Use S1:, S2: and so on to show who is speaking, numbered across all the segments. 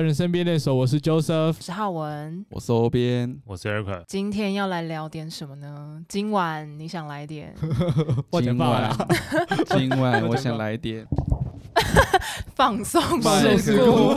S1: 们身边的手，我是 Joseph
S2: 我。是浩文，
S3: 我收编，
S4: 我是 Eric，
S2: 今天要来聊点什么呢？今晚你想来 点
S1: 我讲
S3: 今
S1: 爆了
S3: 晚，今晚
S1: 我讲
S3: 我
S1: 爆
S3: 想来点
S2: 放松
S1: 放
S2: 事故？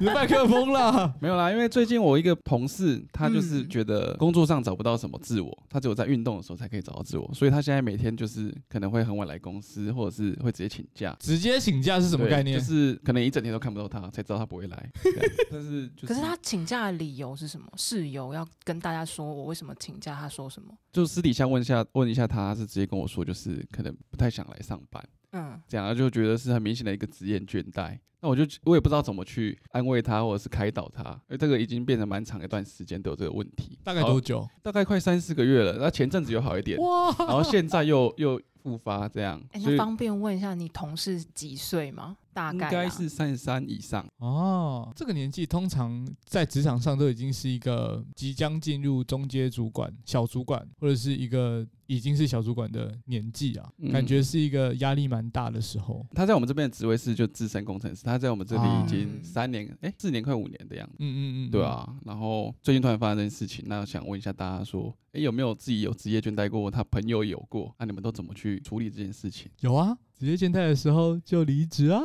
S1: 你的麦克风啦
S3: 。没有啦，因为最近我一个同事，他就是
S2: 嗯
S3: 觉得工作上找不到什么自我，他只有在运动的时候才可以找到自我，所以他现在每天就是可能会很晚来公司，或者是会直接请假。
S1: 直接请假是什么
S3: 对
S1: 概念？
S3: 就是可能一整天都看不到他，才知道他不 会来。这样但是就是，
S2: 可是他请假的理由是什么？室友要跟大家说我为什么请假，他说什么？
S3: 就私底下问一下问一下他，他是直接跟我说，就是可能不太想来上班，
S2: 嗯，
S3: 这样他就觉得是很明显的一个职业倦怠。那我就我也不知道怎么去安慰他，或者是开导他，因为这个已经变成蛮长一段时间都有这个问题，
S1: 大概
S3: 好
S1: 多久？
S3: 大概快三四个月了。那前阵子有好一点，然
S1: 哇，
S3: 后现在又又复发这样，
S2: 哎、
S3: 所
S2: 那
S3: 以
S2: 方便问一下你同事几岁吗？大
S3: 应
S2: 概、啊、
S3: 该是三十三以上。
S1: 哦，这个年纪通常在职场上都已经是一个即将进入中阶主管、小主管，或者是一个已经是小主管的年纪啊，
S3: 嗯
S1: 感觉是一个压力蛮大的时候。
S3: 他在我们这边的职位是就资深工程师，他在我们这里已经
S2: 哦
S3: 三年，哎、四年快五年的样子。
S1: 嗯嗯嗯，
S3: 对，啊，然后最近突然发生这件事情，那想问一下大家说，哎，有没有自己有职业倦怠过？他朋友有过，那、你们都怎么去处理这件事情？
S1: 有啊，职业倦怠的时候就离职啊。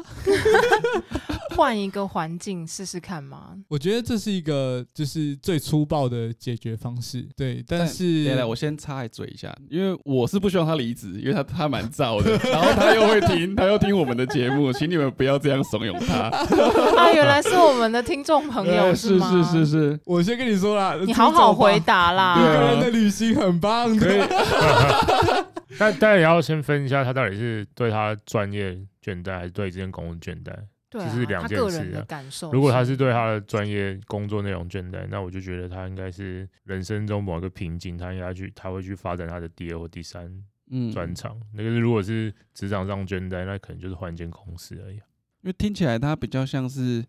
S2: 换一个环境试试看吗？
S1: 我觉得这是一个就是最粗暴的解决方式，对。但
S3: 但
S1: 是
S3: 来来，我先插一嘴一下，因为我是不希望他离职，因为他他蛮燥的， 然后他又会听，他又听我们的节目， 请你们不要这样怂恿他。
S2: 啊，原来是我们的听众朋 友
S3: 呃
S2: 吗？
S3: 是是是，
S1: 我先跟你说啦，
S2: 你好好回
S1: 答。
S2: 答啦。
S1: 一
S3: 对
S1: 个
S3: 啊
S1: 人的旅行很棒
S4: 可以
S1: 的，，
S4: 但但也要先分一下，他到底是对他专业倦怠，还是对这件公务倦怠？
S2: 对
S4: 这是
S2: 啊，
S4: 两
S2: 他
S4: 件
S2: 个
S4: 事
S2: 人的
S4: 啊
S2: 感受。
S4: 如果他是对他的专业工作内容倦怠，那我就觉得他应该是人生中某一个瓶颈，他应该去，他会去发展他的第二或第三
S3: 嗯
S4: 专长。那个是如果是职场上倦怠，那可能就是换一间公司而已啊。
S3: 因为听起来他比较像是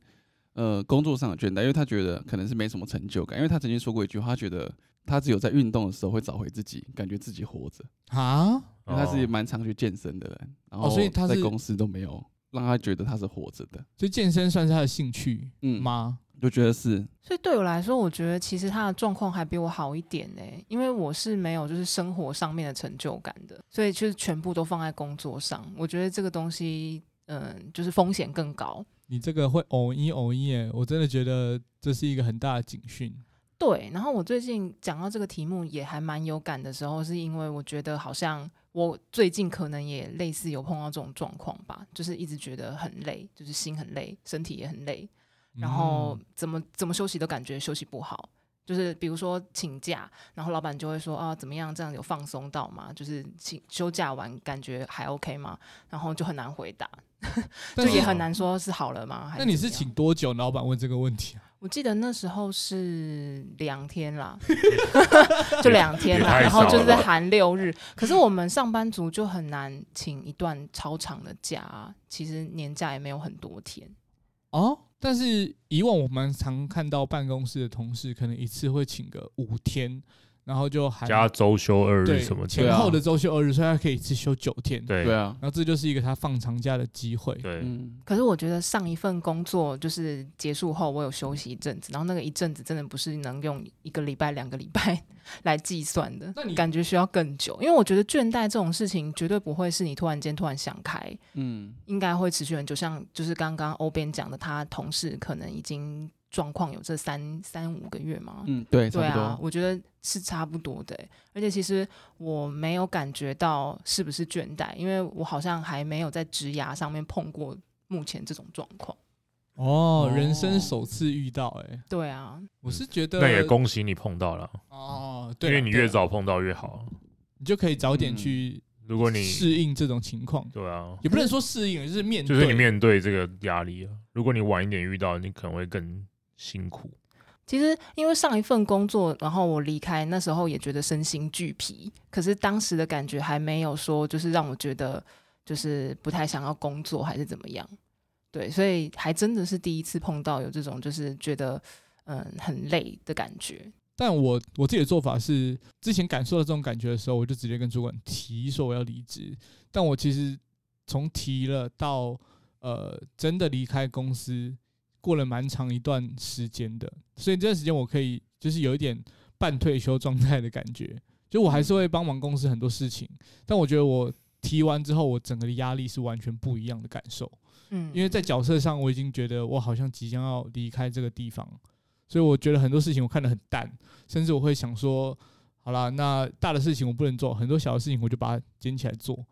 S3: 呃工作上的倦怠，因为他觉得可能是没什么成就感，因为他曾经说过一句话，他觉得他只有在运动的时候会找回自己，感觉自己活着。
S1: 啊，
S3: 因为他是
S4: 哦
S3: 蛮常去健身的人，然
S1: 哦
S3: 后
S1: 所以他
S3: 在
S1: 是
S3: 公司都没有让他觉得他是活着的，
S1: 所以健身算是他的兴趣
S3: 嗯，
S1: 吗？
S3: 就觉得是
S2: 所以对我来说，我觉得其实他的状况还比我好一点呢、因为我是没有就是生活上面的成就感的，所以就是全部都放在工作上。我觉得这个东西，嗯，就是风险更高。
S1: 你这个会偶一偶一耶，我真的觉得这是一个很大的警讯。
S2: 对，然后我最近讲到这个题目也还蛮有感的时候，是因为我觉得好像我最近可能也类似有碰到这种状况吧，就是一直觉得很累，就是心很累，身体也很累，
S1: 嗯
S2: 然后怎么怎么休息都感觉休息不好。就是比如说请假，然后老板就会说啊怎么样，这样有放松到吗？就是请休假完感觉还 OK 吗？然后就很难回答，
S1: 嗯，
S2: 就
S1: 但是
S2: 也很难说是好了吗？还
S1: 那你
S2: 怎
S1: 是
S2: 么样
S1: 请多久？老板问这个问题啊？
S2: 我记得那时候是两 天啦，就两天啦，
S4: 也太
S2: 然
S4: 少
S2: 后就是
S4: 了吧
S2: 含六日。可是我们上班族就很难请一段超长的假、啊，其实年假也没有很多天。
S1: 哦，但是以往我们常看到办公室的同事，可能一次会请个五天，然后就含
S4: 加周休二
S1: 对
S4: 日什么之
S1: 前
S4: 类
S3: 对啊
S1: 后的周休二日，所以他可以一次休九天。
S4: 对
S3: 对啊，
S1: 然后这就是一个他放长假的机会。
S4: 对，
S3: 嗯，
S2: 可是我觉得上一份工作就是结束后，我有休息一阵子，然后那个一阵子真的不是能用一个礼拜、两个礼拜 来计算的
S1: 那你，
S2: 感觉需要更久。因为我觉得倦怠这种事情绝对不会是你突然间突然想开，
S3: 嗯，
S2: 应该会持续很久。像就是刚刚欧边讲的，他同事可能已经状况有这三三五个月嘛。
S3: 嗯，对，差
S2: 对
S3: 不
S2: 啊，
S3: 多，
S2: 我觉得是差不多的欸、而且其实我没有感觉到是不是倦怠，因为我好像还没有在职涯上面碰过目前这种状况。
S1: 哦，人生
S3: 哦
S1: 首次遇到、欸，哎，
S2: 对啊，
S1: 我是觉得
S4: 那也恭喜你碰到了，
S1: 哦，
S4: 因
S1: 对啊，
S4: 为你
S1: 对啊
S4: 越早碰到越好。
S1: 你就可以早点
S3: 嗯
S1: 去
S4: 如果你
S1: 适应这种情况，
S4: 对啊，
S1: 也不能说适应，就是面
S4: 就
S1: 对。
S4: 是你面对这个压力啊。如果你晚一点遇到，你可能会更辛苦。
S2: 其实因为上一份工作，然后我离开，那时候也觉得身心俱疲，可是当时的感觉还没有说，就是让我觉得就是不太想要工作还是怎么样。对，所以还真的是第一次碰到有这种就是觉得嗯很累的感觉。
S1: 但我我自己的做法是，之前感受到这种感觉的时候，我就直接跟主管提说我要离职。但我其实从提了到呃真的离开公司，过了蛮长一段时间的，所以这段时间我可以就是有一点半退休状态的感觉，就我还是会帮忙公司很多事情，但我觉得我提完之后，我整个的压力是完全不一样的感受，
S2: 嗯，
S1: 因为在角色上我已经觉得我好像即将要离开这个地方，所以我觉得很多事情我看得很淡，甚至我会想说，好啦，那大的事情我不能做，很多小的事情我就把它捡起来做。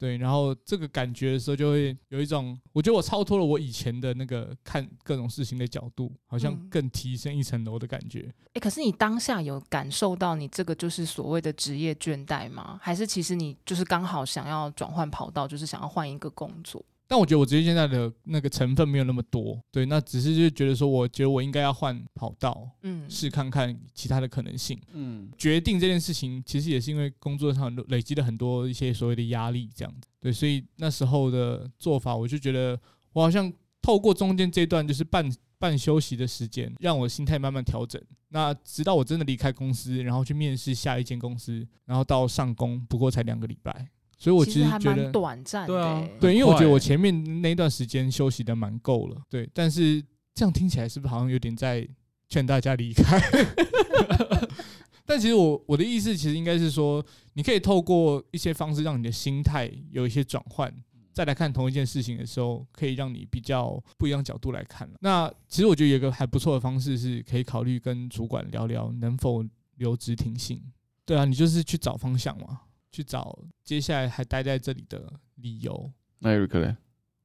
S1: 对，然后这个感觉的时候，就会有一种，我觉得我超脱了我以前的那个看各种事情的角度，好像
S2: 嗯
S1: 更提升一层楼的感觉。
S2: 哎，可是你当下有感受到你这个就是所谓的职业倦怠吗？还是其实你就是刚好想要转换跑道，就是想要换一个工作？
S1: 但我觉得我职业现在的那个成分没有那么多，对，那只是就觉得说，我觉得我应该要换跑道，
S2: 嗯，
S1: 试看看其他的可能性。
S3: 嗯，
S1: 决定这件事情，其实也是因为工作上累积了很多一些所谓的压力，这样子。对，所以那时候的做法，我就觉得我好像透过中间这段就是半半休息的时间，让我心态慢慢调整。那直到我真的离开公司，然后去面试下一间公司，然后到上工，不过才两个礼拜，所以我
S2: 其
S1: 其
S2: 实
S1: 实
S2: 还
S1: 觉得
S2: 蛮短暂的
S3: 对啊
S2: 欸。
S1: 对，因为
S3: 很
S1: 我觉得
S3: 快
S1: 我
S3: 欸
S1: 前面那一段时间休息的蛮够了，对。但是这样听起来是不是好像有点在劝大家离开？ 但其实我我的意思其实应该是说，你可以透过一些方式让你的心态有一些转换，再来看同一件事情的时候，可以让你比较不一样角度来看了。那其实我觉得有一个还不错的方式是，可以考虑跟主管聊聊能否留职停薪。对啊，你就是去找方向嘛，去找接下来还待在这里的理由。
S3: 那 Eric 嘞？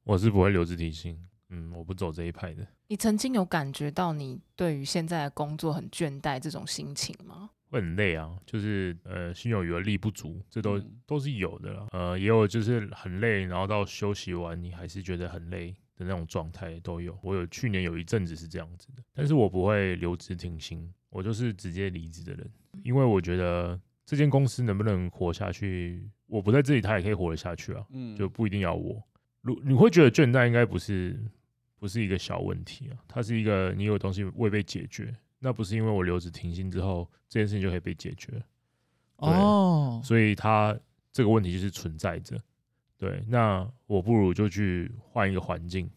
S4: 我是不会留职停薪，嗯，我不走这一派的。
S2: 你曾经有感觉到你对于现在的工作很倦怠这种心情吗？
S4: 会很累啊，就是呃心有余而力不足，这都、
S3: 嗯
S4: 都是有的啦。呃，也有就是很累，然后到休息完你还是觉得很累的那种状态都有。我有去年有一阵子是这样子的，但是我不会留职停薪，我就是直接离职的人，因为我觉得这间公司能不能活下去，我不在这里，它也可以活得下去啊，
S3: 嗯
S4: 就不一定要我。如你会觉得倦怠，应该不是不是一个小问题啊，它是一个你有东西未被解决，那不是因为我留职停薪之后这件事情就可以被解决，对
S1: 哦，
S4: 所以它这个问题就是存在着。对，那我不如就去换一个环境，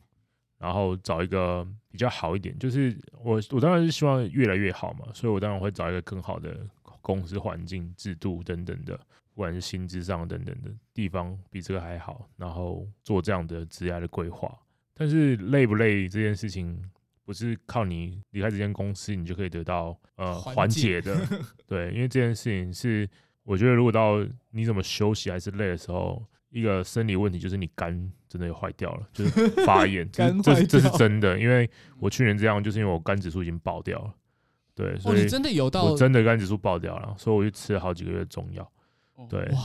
S4: 然后找一个比较好一点。就是我我当然是希望越来越好嘛，所以我当然会找一个更好的公司环境、制度等等的，不管是薪资上等等的地方比这个还好，然后做这样的职业的规划。但是累不累这件事情，不是靠你离开这间公司你就可以得到呃
S1: 缓
S4: 缓
S1: 解
S4: 解 的，对，因为这件事情是我觉得如果到你怎么休息还是累的时候，一个生理问题就是你肝真的坏掉了，就是 发炎，这
S1: 肝
S4: 是这
S1: 坏
S4: 是这是
S1: 掉嗯
S4: 真的，因为我去年这样就是因为我肝指数已经爆掉了，对，
S1: 哦，
S4: 所以
S1: 你真的有到
S4: 我真的肝指数爆掉了，所以我就吃了好几个月的中药，
S3: 哦
S4: 对，
S1: 哇，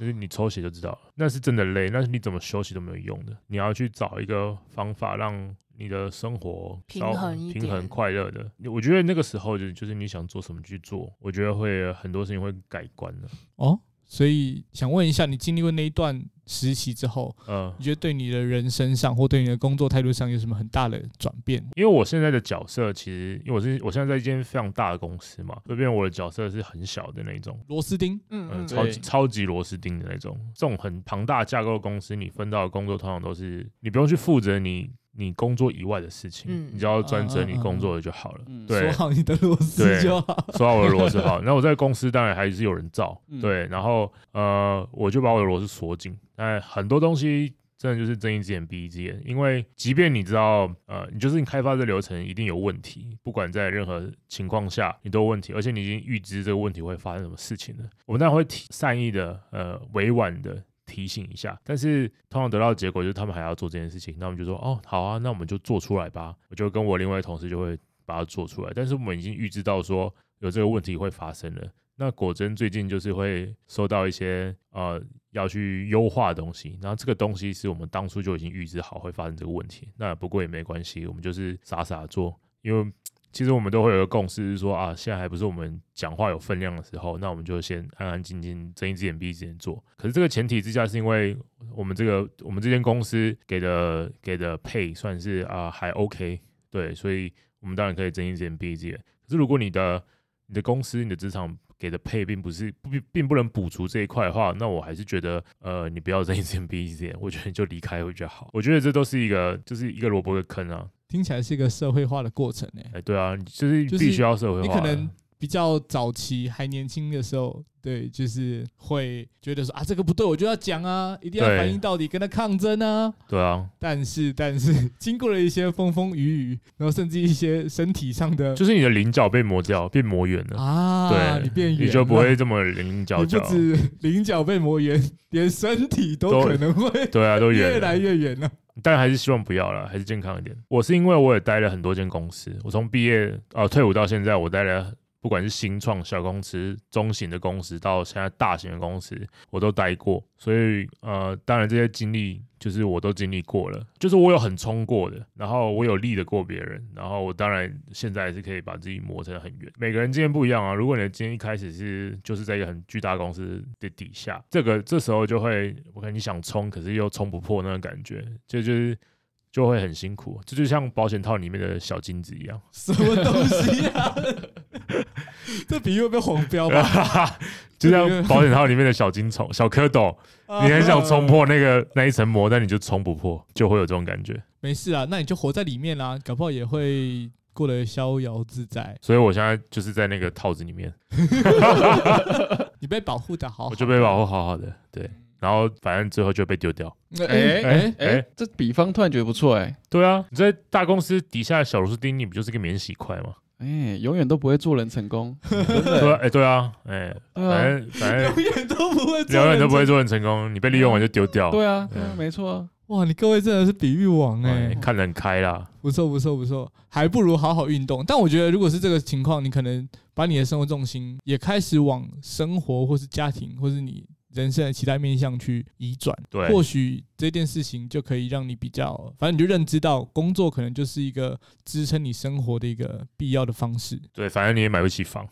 S4: 就是你抽血就知道了，那是真的累，那是你怎么休息都没有用的。你要去找一个方法，让你的生活
S2: 平
S4: 稍
S2: 衡一
S4: 平衡
S2: 点
S4: 快乐的。我觉得那个时候就是就是你想做什么去做，我觉得会很多事情会改观的。
S1: 哦，所以想问一下，你经历过那一段时期之后，
S4: 嗯，
S1: 你觉得对你的人生上或对你的工作态度上有什么很大的转变？
S4: 因为我现在的角色其实，因为我是我现在在一间非常大的公司嘛，这边我的角色是很小的那种，
S1: 螺丝钉
S2: 嗯
S3: 呃
S4: 嗯，
S2: 嗯，
S4: 超级
S3: 对
S4: 超级螺丝钉的那种。这种很庞大的架构的公司，你分到的工作通常都是你不用去负责你你工作以外的事情，
S2: 嗯
S4: 你只要专责
S1: 嗯嗯
S4: 你
S1: 嗯
S4: 工作的就好了。
S3: 嗯
S1: 说
S4: 对，
S1: 好你的螺丝
S4: 对
S1: 就好。
S4: 说到我的螺丝好，那我在公司当然还是有人照，
S3: 嗯
S4: 对，然后呃，我就把我的螺丝锁紧。但很多东西真的就是睁一只眼闭一只眼，因为即便你知道，呃，你就是你开发的流程一定有问题，不管在任何情况下你都有问题，而且你已经预知这个问题会发生什么事情了。我们当然会提善意的，呃，委婉的。提醒一下，但是通常得到的结果就是他们还要做这件事情，那我们就说哦，好啊，那我们就做出来吧。我就跟我另外的同事就会把它做出来，但是我们已经预知到说有这个问题会发生了。那果真最近就是会收到一些呃要去优化的东西，然后这个东西是我们当初就已经预知好会发生这个问题。那不过也没关系，我们就是傻傻做，因为其实我们都会有一个共识是说啊，现在还不是我们讲话有分量的时候，那我们就先安安静静睁一只眼闭一只眼做。可是这个前提之下，是因为我们这个我们这间公司给的给的配算是啊、还 OK，对，所以我们当然可以睁一只眼闭一只眼。可是如果你的你的公司、你的职场给的配并不是不并不能补足这一块的话，那我还是觉得，呃，你不要睁一只眼闭一只眼，我觉得你就离开会比较好。我觉得这都是一个就是一个萝卜一个坑啊。
S1: 听起来是一个社会化的过程诶、
S4: 哎，对啊，你就是
S1: 就是
S4: 必须要社会
S1: 你
S4: 化
S1: 可
S4: 的。
S1: 能比较早期还年轻的时候，对，就是会觉得说啊，这个不对，我就要讲啊，一定要
S4: 对
S1: 反应到底，跟他抗争啊。
S4: 对啊，
S1: 但是，但是经过了一些风风雨雨，然后甚至一些身体上的
S4: 就是你的棱角被磨掉，变磨圆了，
S1: 啊，
S4: 对
S1: 你变圆，
S4: 你就不会。这么棱棱角
S1: 你不
S4: 角。
S1: 止棱角被磨圆，连身体都
S4: 都
S1: 可能会
S4: 对啊，都圆
S1: 越
S4: 了
S1: 来越远 了。
S4: 但还是希望不要了，还是健康一点。我是因为我也待了很多间公司，我从毕业呃退伍到现在，我待了不管是新创小公司、中型的公司，到现在大型的公司，我都待过。所以呃，当然这些经历就是我都经历过了，就是我有很冲过的，然后我有立得过别人，然后我当然现在也是可以把自己磨成很圆。每个人经验不一样啊，如果你的经验一开始是就是在一个很巨大公司的底下，这个这时候就会我看你想冲，可是又冲不破那个感觉，这就是。就会很辛苦，这就像保险套里面的小金子一样。
S1: 什么东西啊？ 这比喻会被黄标吧？
S4: 就像保险套里面的小金虫、小蝌蚪，你很想冲破那个 那一层膜，但你就冲不破，就会有这种感觉。
S1: 没事啊，那你就活在里面啦，搞不好也会过得逍遥自在。
S4: 所以我现在就是在那个套子里面，
S1: 你被保护的好好，
S4: 我就被保护好好的，对。然后反正最后就被丢掉。
S1: 那。哎、
S3: 哎哎
S4: 哎
S3: 哎，这比方突然觉得不错哎
S4: 对啊，你在大公司底下的小螺丝钉，你不就是个免洗块吗？
S3: 哎，永远都不会做人成 功，真
S4: 对啊，
S3: 的
S4: 哎，对啊，哎，
S3: 对
S4: 反
S3: 啊
S4: 正反正
S1: 永远都不会做，
S4: 永远都不会。做人成功，你被利用完就丢掉。
S3: 对啊，对
S4: 嗯
S3: 啊没错啊，
S1: 哇，你各位真的是比喻王哎、
S4: 哎，看得很开啦。
S1: 不错不错不错，还不如好好运动。但我觉得，如果是这个情况，你可能把你的生活重心也开始往生活，或是家庭，或是你人生的其他面向去移转。
S4: 对
S1: 或许这件事情就可以让你比较，反正你就认知到，工作可能就是一个支撑你生活的一个必要的方 式。
S4: 对，反正你也买不起房。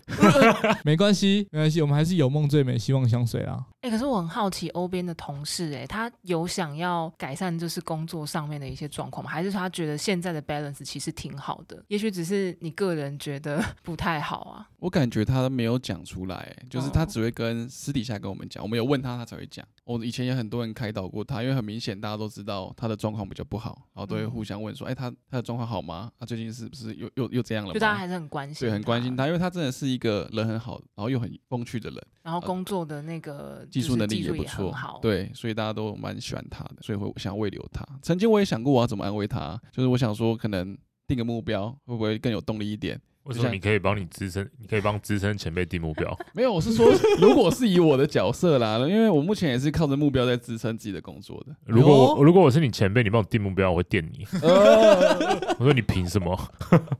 S1: 没关系，没关系，我们还是有梦最美，希望相随啦。
S2: 哎、可是我很好奇欧边的同事、哎，他有想要改善就是工作上面的一些状况吗？还是他觉得现在的 balance 其实挺好的？也许只是你个人觉得 不太好啊。
S3: 我感觉他没有讲出来，就是他只会跟私底下跟我们讲，我们有问他，他才会讲。我以前也很多人开导过他，因为很明显大家都知道他的状况比较不好，然后都会
S2: 嗯
S3: 互相问说，哎、他他的状况好吗？啊他、最近是不是又又又这样了
S2: 就大家
S3: 吗？
S2: 还是很啊关心，
S3: 对，很关心。他，因为他真的是一个人很好，然后又很风趣的人，
S2: 然后工作的那个
S3: 呃技术
S2: 就是
S3: 能力
S2: 技
S3: 不
S2: 很
S3: 错
S2: 好，，
S3: 对，所以大家都蛮喜欢他的，所以会想慰留他。曾经我也想过我要怎么安慰他，就是我想说可能定个目标会不会更有动力一点。
S4: 为什么你可以帮你资深，你可以帮资深前辈定目标？
S3: 没有，我是说，如果是以我的角色啦，因为我目前也是靠着目标在支撑自己的工作的。
S4: 如果我如果我是你前辈，你帮我定目标，我会电你。
S3: 呃，
S4: 我说你凭什么？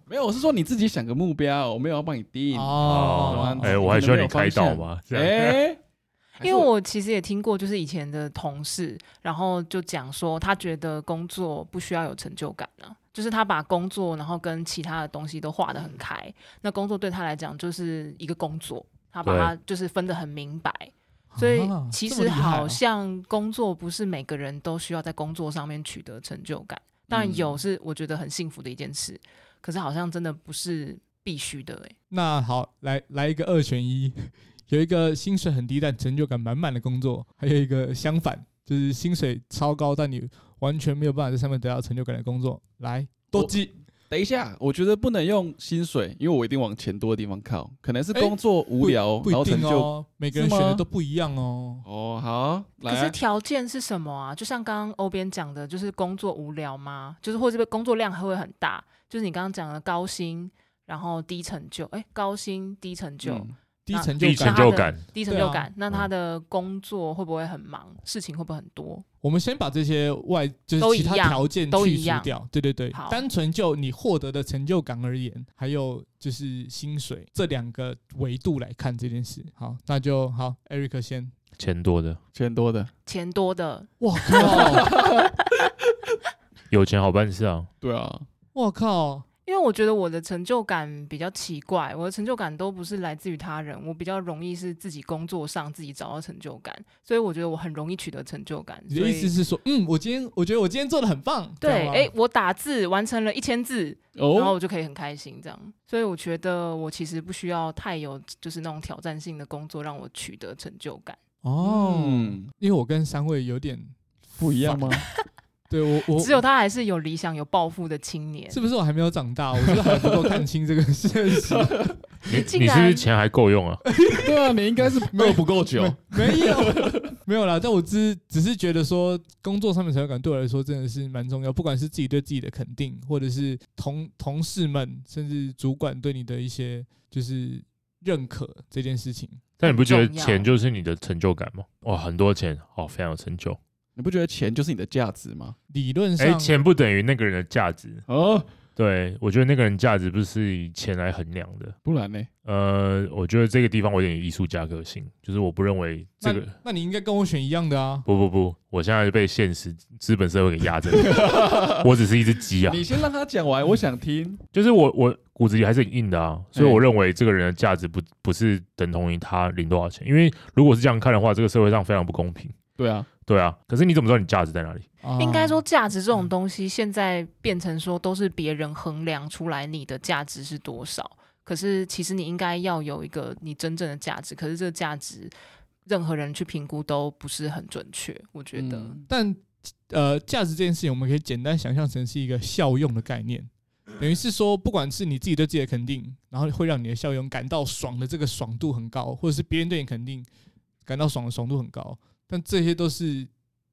S3: 没有，我是说你自己想个目标，我没有要帮你定。
S1: 哦
S3: 哦，
S4: 哎，我还需要你开导吗？这样
S3: 哎，还
S2: 因为
S3: 是
S2: 我其实也听过，就是以前的同事，然后就讲说，他觉得工作不需要有成就感啊，就是他把工作，然后跟其他的东西都划得很开。那工作对他来讲就是一个工作，他把
S4: 对
S2: 它就是分得很明白。所以
S1: 啊
S2: 其
S1: 这么
S2: 实
S1: 厉害
S2: 好
S1: 哦
S2: 像工作不是每个人都需要在工作上面取得成就感，当然
S3: 嗯
S2: 有是我觉得很幸福的一件事，可是好像真的不是必须的哎、
S1: 那好，来来一个二选一， 有一个薪水很低但成就感满满的工作，还有一个相反，就是薪水超高但你完全没有办法在上面得到成就感的工作。来，多吉，
S3: 等一下，我觉得不能用薪水，因为我一定往钱多的地方靠，可能是
S1: 哎
S3: 工作无聊，
S1: 不一
S3: 然后成
S1: 定
S3: 就。
S1: 哦，每个人
S3: 是
S1: 选
S3: 吗
S1: 的都不一样哦。
S3: 哦，好啊，
S2: 可
S3: 来
S2: 是
S3: 啊，
S2: 条件是什么啊？就像刚刚欧边讲的，就是工作无聊吗？就是或者是工作量还会很大，就是你刚刚讲的高薪，然后低成就，哎、高薪低成就，
S3: 嗯
S1: 低成就
S4: 低
S1: 感
S4: 成，就感，
S2: 低成就
S1: 对啊
S2: 感，那
S4: 嗯
S2: 他的工作会不会很忙？事情会不会很多？
S1: 我们先把这些外就
S2: 都
S1: 是
S2: 一
S1: 其他
S2: 样
S1: 条件
S2: 都
S1: 去
S2: 一
S1: 除
S2: 样
S1: 掉，对对对
S2: 好，
S1: 单纯就你获得的成就感而言，还有就是薪水这两个维度来看这件事。好，那就好，Eric 先。
S4: 钱多的，
S3: 钱多的，
S2: 钱多的，
S1: 哇 靠！
S4: 有钱好办事啊。
S3: 对啊，
S1: 我靠！
S2: 因为我觉得我的成就感比较奇怪，我的成就感都不是来自于他人，我比较容易是自己工作上自己找到成就感，所以我觉得我很容易取得成就感。
S1: 你的意
S2: 所
S1: 思
S2: 以
S1: 是说，嗯，我今天我觉得我今天做的很棒，这样
S2: 对，
S1: 吗
S2: 哎、我打字完成了一千字，然后
S3: 哦，
S2: 我就可以很开心这样。所以我觉得我其实不需要太有就是那种挑战性的工作让我取得成就感。
S1: 哦，
S3: 嗯，
S1: 因为我跟三位有点
S3: 不一样吗？
S1: 对我我
S2: 只有他还是有理想、有抱负的青年
S1: 哦是。不是我还没有长大？我是不是还不够看清这个现 实。
S4: 你
S2: 竟
S4: 你是不
S2: 然
S4: 是钱还够用啊？
S3: 对啊，你应该是 饿不够久，
S1: 没没有 没有啦，但我只只是觉得说，工作上面成就感对我来说真的是蛮重要，不管是自己对自己的肯定，或者是同同事们，甚至主管对你的一些就是认可这件事情。
S4: 但你不觉得
S2: 重要
S4: 钱就是你的成就感吗？哇，很多钱哦，非常有成就。
S3: 你不觉得钱就是你的价值吗？
S1: 理论
S4: 哎，
S1: 上，
S4: 钱不等于那个人的价值。
S3: 哦，
S4: 对我觉得那个人价值不是以钱来衡量的。
S3: 不然 呢？
S4: 呃，我觉得这个地方我有点艺术家个性，就是我不认为这个
S1: 那那你应该跟我选一样的啊。
S4: 不不不，我现在被现实资本社会给压着了， 我只是一只鸡啊，
S3: 你先让他讲完，我想听。
S4: 就是我我骨子里还是很硬的啊，所以
S3: 哎
S4: 我认为这个人的价值不不是等同于他领多少钱，因为如果是这样看的话，这个社会上非常不公平。
S3: 对啊，
S4: 对啊，可是你怎么知道你价值在哪里？
S1: 啊
S2: 应该说，价值这种东西现在变成说都是别人衡量出来你的价值是多少，可是其实你应该要有一个你真正的价值，可是这个价值任何人去评估都不是很准确，我觉得。
S3: 嗯
S1: 但呃，价值这件事情，我们可以简单想象成是一个效用的概念，等于是说，不管是你自己对自己的肯定，然后会让你的效用感到爽的这个爽度很高，或者是别人对你肯定感到爽的爽度很高，但这些都是，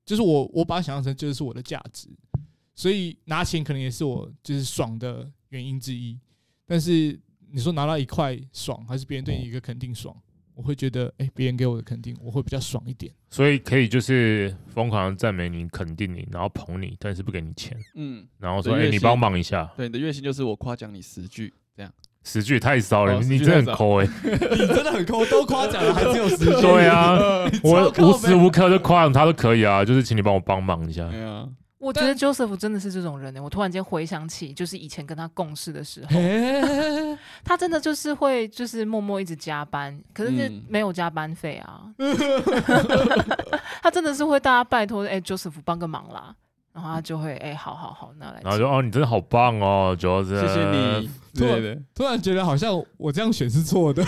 S1: 就是我我把它想象成就是我的价值，所以拿钱可能也是我就是爽的原因之一。但是你说拿到一块爽，还是别人对你一个肯定爽，我会觉得，哎、别人给我的肯定，我会比较爽一点。
S4: 所以可以就是疯狂的赞美你、肯定你，然后捧你，但是不给你钱，
S3: 嗯，
S4: 然后说：“
S3: 对
S4: 哎、
S3: 月
S4: 你
S3: 薪
S4: 帮忙一下。
S3: 对，你的月薪就是我夸奖你十句，”
S4: 十句太少了，
S3: 哦
S4: 你
S3: 十句
S4: 真的很
S3: 太少
S4: 抠哎、
S1: 你真的很抠，都夸奖了，还只有十句。
S4: 对啊，
S1: 超
S4: 我
S1: 靠
S4: 无
S1: 北
S4: 时无刻都夸奖他都可以啊，就是请你帮我帮忙一下。
S3: 对啊，
S2: 我觉得 Joseph 真的是这种人欸呢、我突然间回想起，就是以前跟他共事的时 候，
S1: 欸
S2: 他真的就是会就是默默一直加班，可是这
S3: 嗯
S2: 没有加班费 啊。他真的是会大家拜托，哎、j o s e p h 帮个忙啦，然后他就会，哎、好好好，那来
S4: 然后
S2: 请。
S4: 就哦，你真的好棒哦，九子，
S3: 谢谢你。对的，
S1: 突然觉得好像我这样选是错的。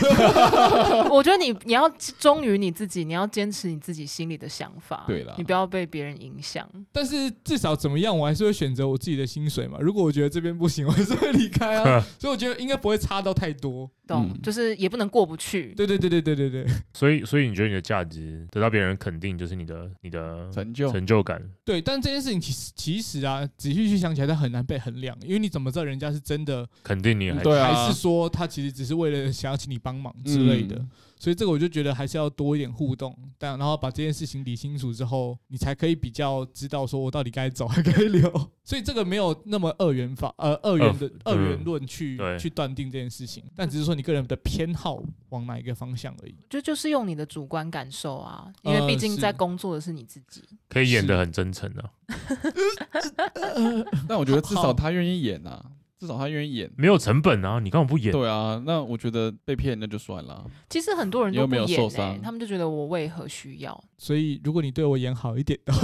S2: 我觉得你你要忠于你自己，你要坚持你自己心里的想法，
S3: 对啊啦
S2: 你不要被别人影响。
S1: 但是至少怎么样，我还是会选择我自己的薪水嘛。如果我觉得这边不行，我还是会离开 啊。所以我觉得应该不会差到太多。
S2: 懂，
S3: 嗯
S2: 就是也不能过不去。
S1: 对对对对对对对
S4: 所以，所以你觉得你的价值得到别人肯定，就是你的你的
S3: 成就
S4: 成就感。
S1: 对。但这件事情其实其实啊，仔细去想起来，它很难被衡量，因为你怎么知道人家是真的，
S4: 肯定你还
S3: 对啊
S1: 还是说他其实只是为了想要请你帮忙之类的？
S3: 嗯
S1: 所以这个我就觉得还是要多一点互动，但然后把这件事情理清楚之后，你才可以比较知道说我到底该走还该 留。所以这个没有那么二元法呃二元的
S4: 二
S1: 二
S4: 嗯
S1: 元论去、
S4: 对
S1: 去断定这件事情，但只是说你个人的偏好往哪一个方向而已。
S2: 就就是用你的主观感受啊，因
S3: 嗯
S2: 为
S1: 呃
S2: 毕竟
S1: 是
S2: 在工作的是你自己。
S4: 可以演得很真诚啊，
S3: 但我觉得至
S1: 好
S3: 少他愿意演啊，至少他愿意演。
S4: 没有成本啊，你干嘛不演？
S3: 对啊，那我觉得被骗那就算了。
S2: 其实很多人
S3: 你
S2: 都
S3: 又
S2: 不
S3: 没有
S2: 演、欸，
S3: 受伤
S2: 他们就觉得我为何需要？
S1: 所以如果你对我演好一点的话，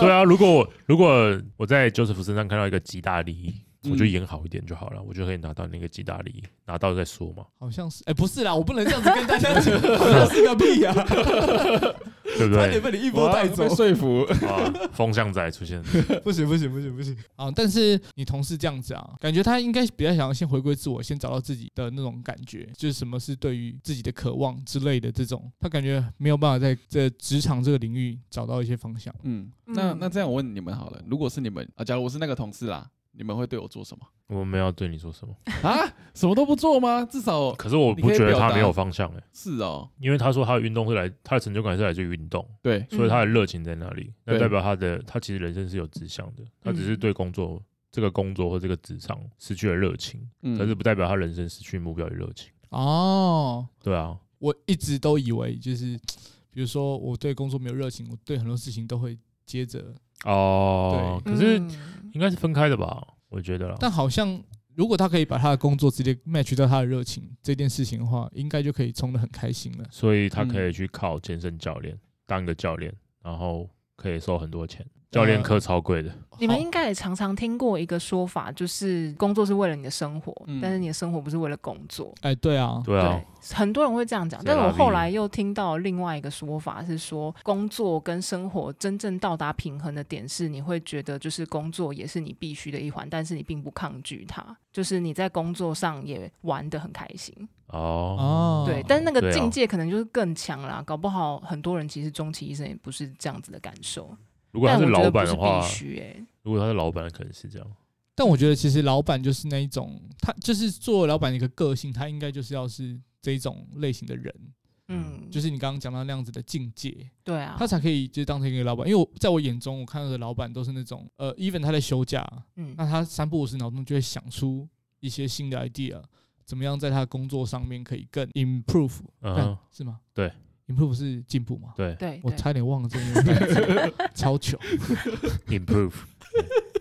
S4: 对啊，如果我如果我在 Joseph 身上看到一个极大利益，
S3: 嗯
S4: 我就演好一点就好了，我就可以拿到那个极大利益，拿到再 说嘛，
S1: 好像是哎、不是啦，我不能这样子跟大家 讲，好像是个屁呀、
S4: 对不
S1: 差点
S4: 对？
S1: 被你一波带
S3: 哇
S1: 走
S3: 被。说 服。
S4: 啊，风向仔出现了，
S1: 不行不行不行不行啊！但是你同事这样子啊，感觉他应该比较想要先回归自我，先找到自己的那种感觉，就是什么是对于自己的渴望之类的这种，他感觉没有办法在这职场这个领域找到一些方向。
S3: 嗯，那
S2: 嗯
S3: 那这样我问你们好了，如果是你们啊，假如我是那个同事啦，你们会对我做什么
S4: 我没有要对你说什么，
S3: 啊？什么都不做吗？至少
S4: 可是我
S3: 你
S4: 不
S3: 可以
S4: 觉得
S3: 表
S4: 他
S3: 达
S4: 没有方向哎、
S3: 是哦，
S4: 因为他说他的运动是来，他的成就感是来自于运动，
S3: 对，
S4: 所以他的
S2: 嗯
S4: 热情在那里，那
S3: 嗯对
S4: 代表他的他其实人生是有志向的，他只是
S2: 嗯
S4: 对工作、这个工作或这个职场失去了热情，
S3: 嗯
S4: 但是不代表他人生失去目标与热情。
S1: 哦，
S4: 对啊，
S1: 我一直都以为就是，比如说我对工作没有热情，我对很多事情都会接着，
S4: 哦，
S2: 嗯
S4: 可是应该是分开的吧？我觉得啦。
S1: 但好像。如果他可以把他的工作直接 match 到他的热情这件事情的话，应该就可以冲得很开心了。
S4: 嗯所以他可以去靠健身教练，当一个教练，然后可以收很多钱。教练课超贵的，
S2: 你们
S1: 好
S2: 应该也常常听过一个说法，就是工作是为了你的生活，
S3: 嗯
S2: 但是你的生活不是为了工作。
S1: 哎，对啊，
S4: 对啊，
S2: 很多人会这样讲，
S4: 在
S2: 但是我
S4: 哪里
S2: 后来又听到另外一个说法是说，工作跟生活真正到达平衡的点是，你会觉得就是工作也是你必须的一环，但是你并不抗拒它，就是你在工作上也玩得很开心。
S4: 哦，
S2: 对
S1: 哦，
S2: 但是那个
S4: 对啊
S2: 境界可能就是更强啦，搞不好很多人其实终其一生也不是这样子的感受。
S4: 如果他
S2: 但我觉
S4: 老
S2: 得不
S4: 板
S2: 是
S4: 的
S2: 必
S4: 话，
S2: 须哎、
S4: 如果他是老板，可能是这样。
S1: 但我觉得其实老板就是那一种，他就是做老板的一个个性，他应该就是要是这一种类型的人，
S2: 嗯，
S1: 就是你刚刚讲到那样子的境界，
S2: 对啊，
S1: 他才可以就是当成一个老板。因为我在我眼中，我看到的老板都是那种，呃，even 他在休假，
S2: 嗯
S1: 那他三不五时脑中就会想出一些新的 idea，怎么样在他的工作上面可以更 improve，、
S4: 嗯
S1: 干
S4: 哼，
S1: 是吗？
S4: 对
S1: ，improve 是进步吗？
S4: 对
S2: 对
S1: 我
S2: 对
S1: 差点忘了 这个单词超糗。
S4: ，improve，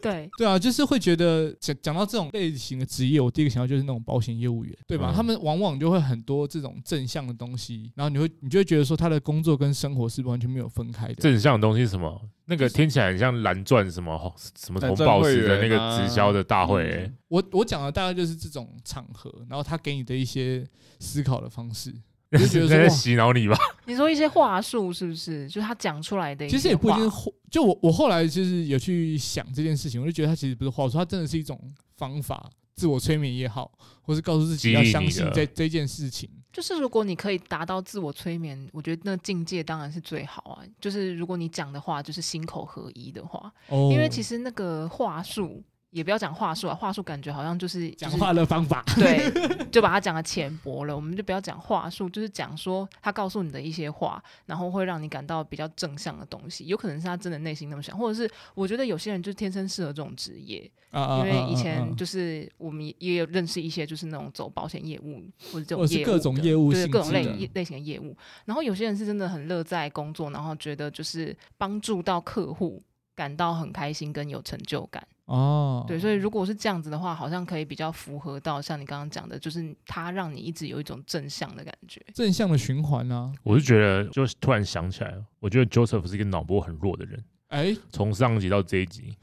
S2: 对
S1: 对啊，就是会觉得讲讲到这种类型的职业，我第一个想到就是那种保险业务员，对吧？
S4: 嗯
S1: 他们往往就会很多这种正向的东西，然后你会你就会觉得说他的工作跟生活是完全没有分开的。
S4: 正向的东西是什么？那个听起来很像蓝钻什么红什么
S3: 蓝
S4: 红
S3: 钻
S4: 宝石
S3: 会
S4: 的那
S3: 员
S4: 个
S3: 啊
S4: 直销的大会、
S3: 嗯
S4: 欸
S1: 我我讲的大概就是这种场合，然后他给你的一些思考的方式，
S4: 那
S1: 你就觉
S4: 是
S1: 得说
S4: 在
S1: 哇，
S4: 洗脑你吧？
S2: 你说一些话术是不是？就是他讲出来的一些
S1: 其
S2: 话，
S1: 实也不一定是话。就我我后来就是有去想这件事情，我就觉得他其实不是话术，他真的是一种方法，自我催眠也好，或是告诉自己
S4: 激
S1: 要
S4: 励
S1: 相
S4: 你
S1: 信
S4: 的
S1: 这这件事情。
S2: 就是如果你可以达到自我催眠，我觉得那境界当然是最好啊。就是如果你讲的话就是心口合一的话，
S1: 哦
S2: 因为其实那个话术也不要讲话术啊，话术感觉好像就是
S1: 讲话的方法，
S2: 就是对，就把它讲的浅薄了。我们就不要讲话术，就是讲说他告诉你的一些话，然后会让你感到比较正向的东西。有可能是他真的内心那么想，或者是我觉得有些人就是天生适合这种职业，
S1: 啊啊
S2: 因为
S1: 啊
S2: 以
S1: 啊
S2: 前
S1: 啊
S2: 就是我们也有认识一些，就是那种走保险业务或者这
S1: 或
S2: 种
S1: 者是
S2: 业务
S1: 各种
S2: 的
S1: 业务
S2: 对
S1: 性
S2: 各种
S1: 质
S2: 类
S1: 的
S2: 业类型的业务。然后有些人是真的很乐在工作，然后觉得就是帮助到客户，感到很开心跟有成就感。
S1: 哦，
S2: 对，所以如果是这样子的话，好像可以比较符合到像你刚刚讲的，就是它让你一直有一种正向的感觉。
S1: 正向的循环啊。
S4: 我是觉得，就是突然想起来了，我觉得 Joseph 是一个脑波很弱的人。
S1: 哎，
S4: 从上一集到这一集，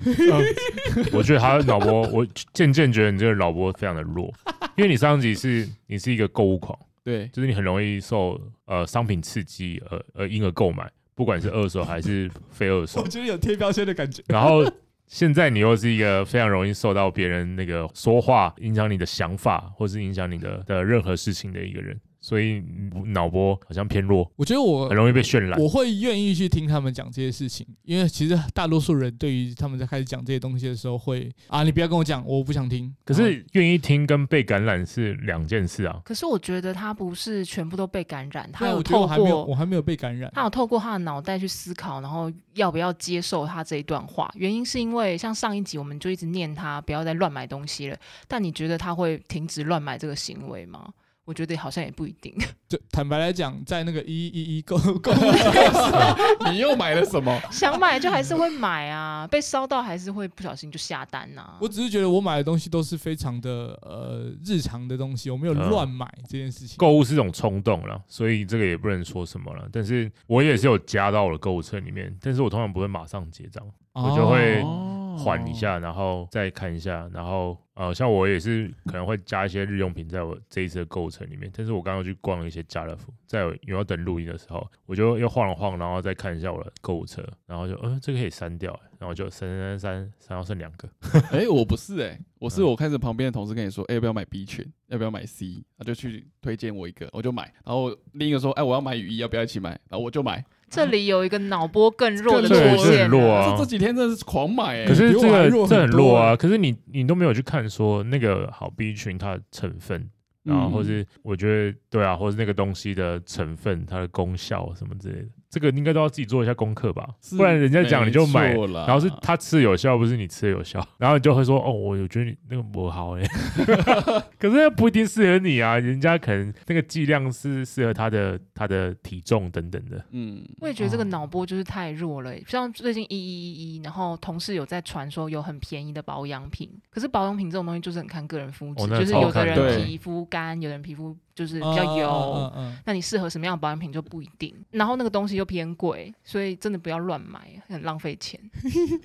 S4: 我觉得他的脑波，我渐渐觉得你这个脑波非常的弱，因为你上一集是你是一个购物狂，
S3: 对，
S4: 就是你很容易受呃商品刺激呃而而因而购买，不管是二手还是非二手
S1: 我。觉得有贴标签的感觉。
S4: 然后现在你又是一个非常容易受到别人那个说话影响你的想法，或是影响你的的任何事情的一个人，所以你脑波好像偏弱，
S1: 我觉得我
S4: 很容易被渲染。
S1: 我会愿意去听他们讲这些事情，因为其实大多数人对于他们在开始讲这些东西的时候会，啊，你不要跟我讲，我不想听。啊
S4: 可
S1: 然后
S4: 是愿意听跟被感染是两件事啊。
S2: 可是我觉得他不是全部都被感染，他
S1: 对啊
S2: 有
S1: 我觉得
S2: 透
S1: 我还没有，
S2: 过
S1: 我还没有被感染。
S2: 他有透过他的脑袋去思考，然后要不要接受他这一段话。原因是因为像上一集我们就一直念他不要再乱买东西了，但你觉得他会停止乱买这个行为吗？我觉得好像也不一定。
S1: 就坦白来讲，在那个一一一 购购物的时候
S3: 你又买了什么？
S2: 想买就还是会买啊，被烧到还是会不小心就下单呐、啊。
S1: 我只是觉得我买的东西都是非常的呃日常的东西，我没有
S4: 嗯
S1: 乱买这件事情。
S4: 购物是一种冲动了，所以这个也不能说什么了。但是我也是有加到我的购物车里面，但是我通常不会马上结账，我就会
S1: 哦
S4: 缓一。下，然后再看一下，然后呃，像我也是可能会加一些日用品在我这一次的购物车里面。但是我刚刚去逛了一些家乐福，在我有要等录音的时候，我就又晃了晃，然后再看一下我的购物车，然后就嗯、呃这个可以删掉、欸然后就删删删删，删到剩两个。
S3: 哎、我不是哎、我是
S4: 嗯
S3: 我看着旁边的同事跟你说，哎、要不要买 B 群？要不要买 C？他就去推荐我一个，我就买。然后另一个说，哎、我要买雨衣，要不要一起买？然后我就买。
S2: 这里有一个脑波更弱的
S3: 更弱
S2: 出现
S4: 这很弱
S2: 了，
S4: 啊
S3: 这这几天真的是狂买哎、
S4: 可是
S1: 比我
S4: 这
S1: 还
S4: 个
S1: 弱
S4: 这很
S1: 很多
S4: 弱
S1: 欸
S4: 啊！可是你你都没有去看说那个好 B 群它的成分，然后或
S3: 嗯
S4: 是我觉得对啊，或是那个东西的成分、它的功效什么之类的，这个应该都要自己做一下功课吧，
S3: 是
S4: 不然人家讲你就买
S3: 没，错啦
S4: 然后是他吃有效，不是你吃有效，然后你就会说哦，我有觉得你那个不好哎、欸，可是那不一定适合你啊，人家可能那个剂量是适合他的他的体重等等的，
S3: 嗯，
S2: 我也觉得这个
S1: 哦
S2: 脑波就是太弱了欸、像最近一一一一，然后同事有在传说有很便宜的保养品，可是保养品这种东西就是很看个人肤质，
S4: 哦那
S2: 就是
S4: 超
S2: 有的
S4: 看
S2: 人
S3: 对
S2: 皮肤干，有的人皮肤就是比较油。
S1: 嗯嗯嗯
S2: 那你适合什么样的保养品就不一定，然后那个东西又偏贵，所以真的不要乱买，很浪费钱。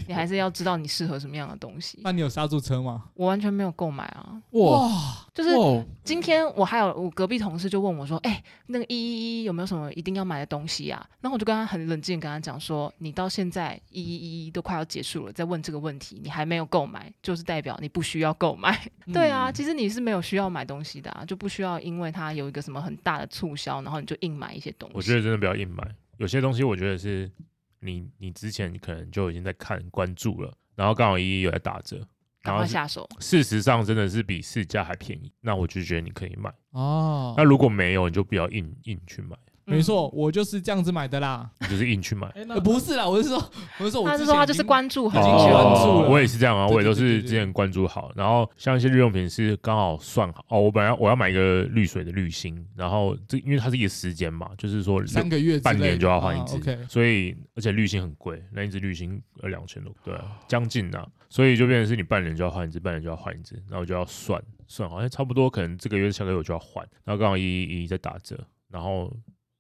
S2: 你还是要知道你适合什么样的东西。
S1: 那你有刹住车吗？
S2: 我完全没有购买啊，
S3: 哇
S2: 就是
S4: 哦
S3: 哇，
S2: 今天我还有我隔壁同事就问我说：“哎、那个一一一有没有什么一定要买的东西啊？”然后我就跟他很冷静地跟他讲说：“你到现在一一一都快要结束了，再问这个问题，你还没有购买，就是代表你不需要购买。对
S3: 嗯
S2: 啊，其实你是没有需要买东西的、啊，就不需要因为它有一个什么很大的促销，然后你就硬买一些东西。
S4: 我觉得真的不要硬买，有些东西我觉得是你你之前可能就已经在看关注了，然后刚好一一有在打折，
S2: 赶
S4: 然后
S2: 快
S4: 是
S2: 下手。
S4: 事实上真的是比市价还便宜，那我就觉得你可以买。
S1: 哦
S2: 嗯
S4: 那，如果没有，你就不要硬硬去买，
S1: 没错，我就是这样子买的啦。
S4: 你就是硬去 买。
S3: 哎，
S1: 呃不是啦，我是说， 我是说
S2: 嗯，
S1: 我
S2: 他
S1: 之前
S2: 是说他
S1: 已
S2: 就是
S1: 经
S2: 关注很
S1: 已
S2: 久
S1: 经关 注了
S4: 我也是这样啊，
S1: 对
S4: 我也都
S1: 对对对
S4: 是之前关注好，然后像一些日用品是刚好算好哦，我本来我要买一个滤水的滤芯，然后这因为它是一个时间嘛，就是说
S1: 三个月之类的、
S4: 半年就要换一
S1: 啊
S4: 支，
S1: OK，
S4: 所以而且滤芯很贵，那一支滤芯呃两千多，对、
S1: 哦
S4: 啊，将近啊，所以就变成是你半年就要换一支，半年就要换一支，然后就要算算好像差不多，可能这个月下个月我就要换，然后刚好一一一在打折，然后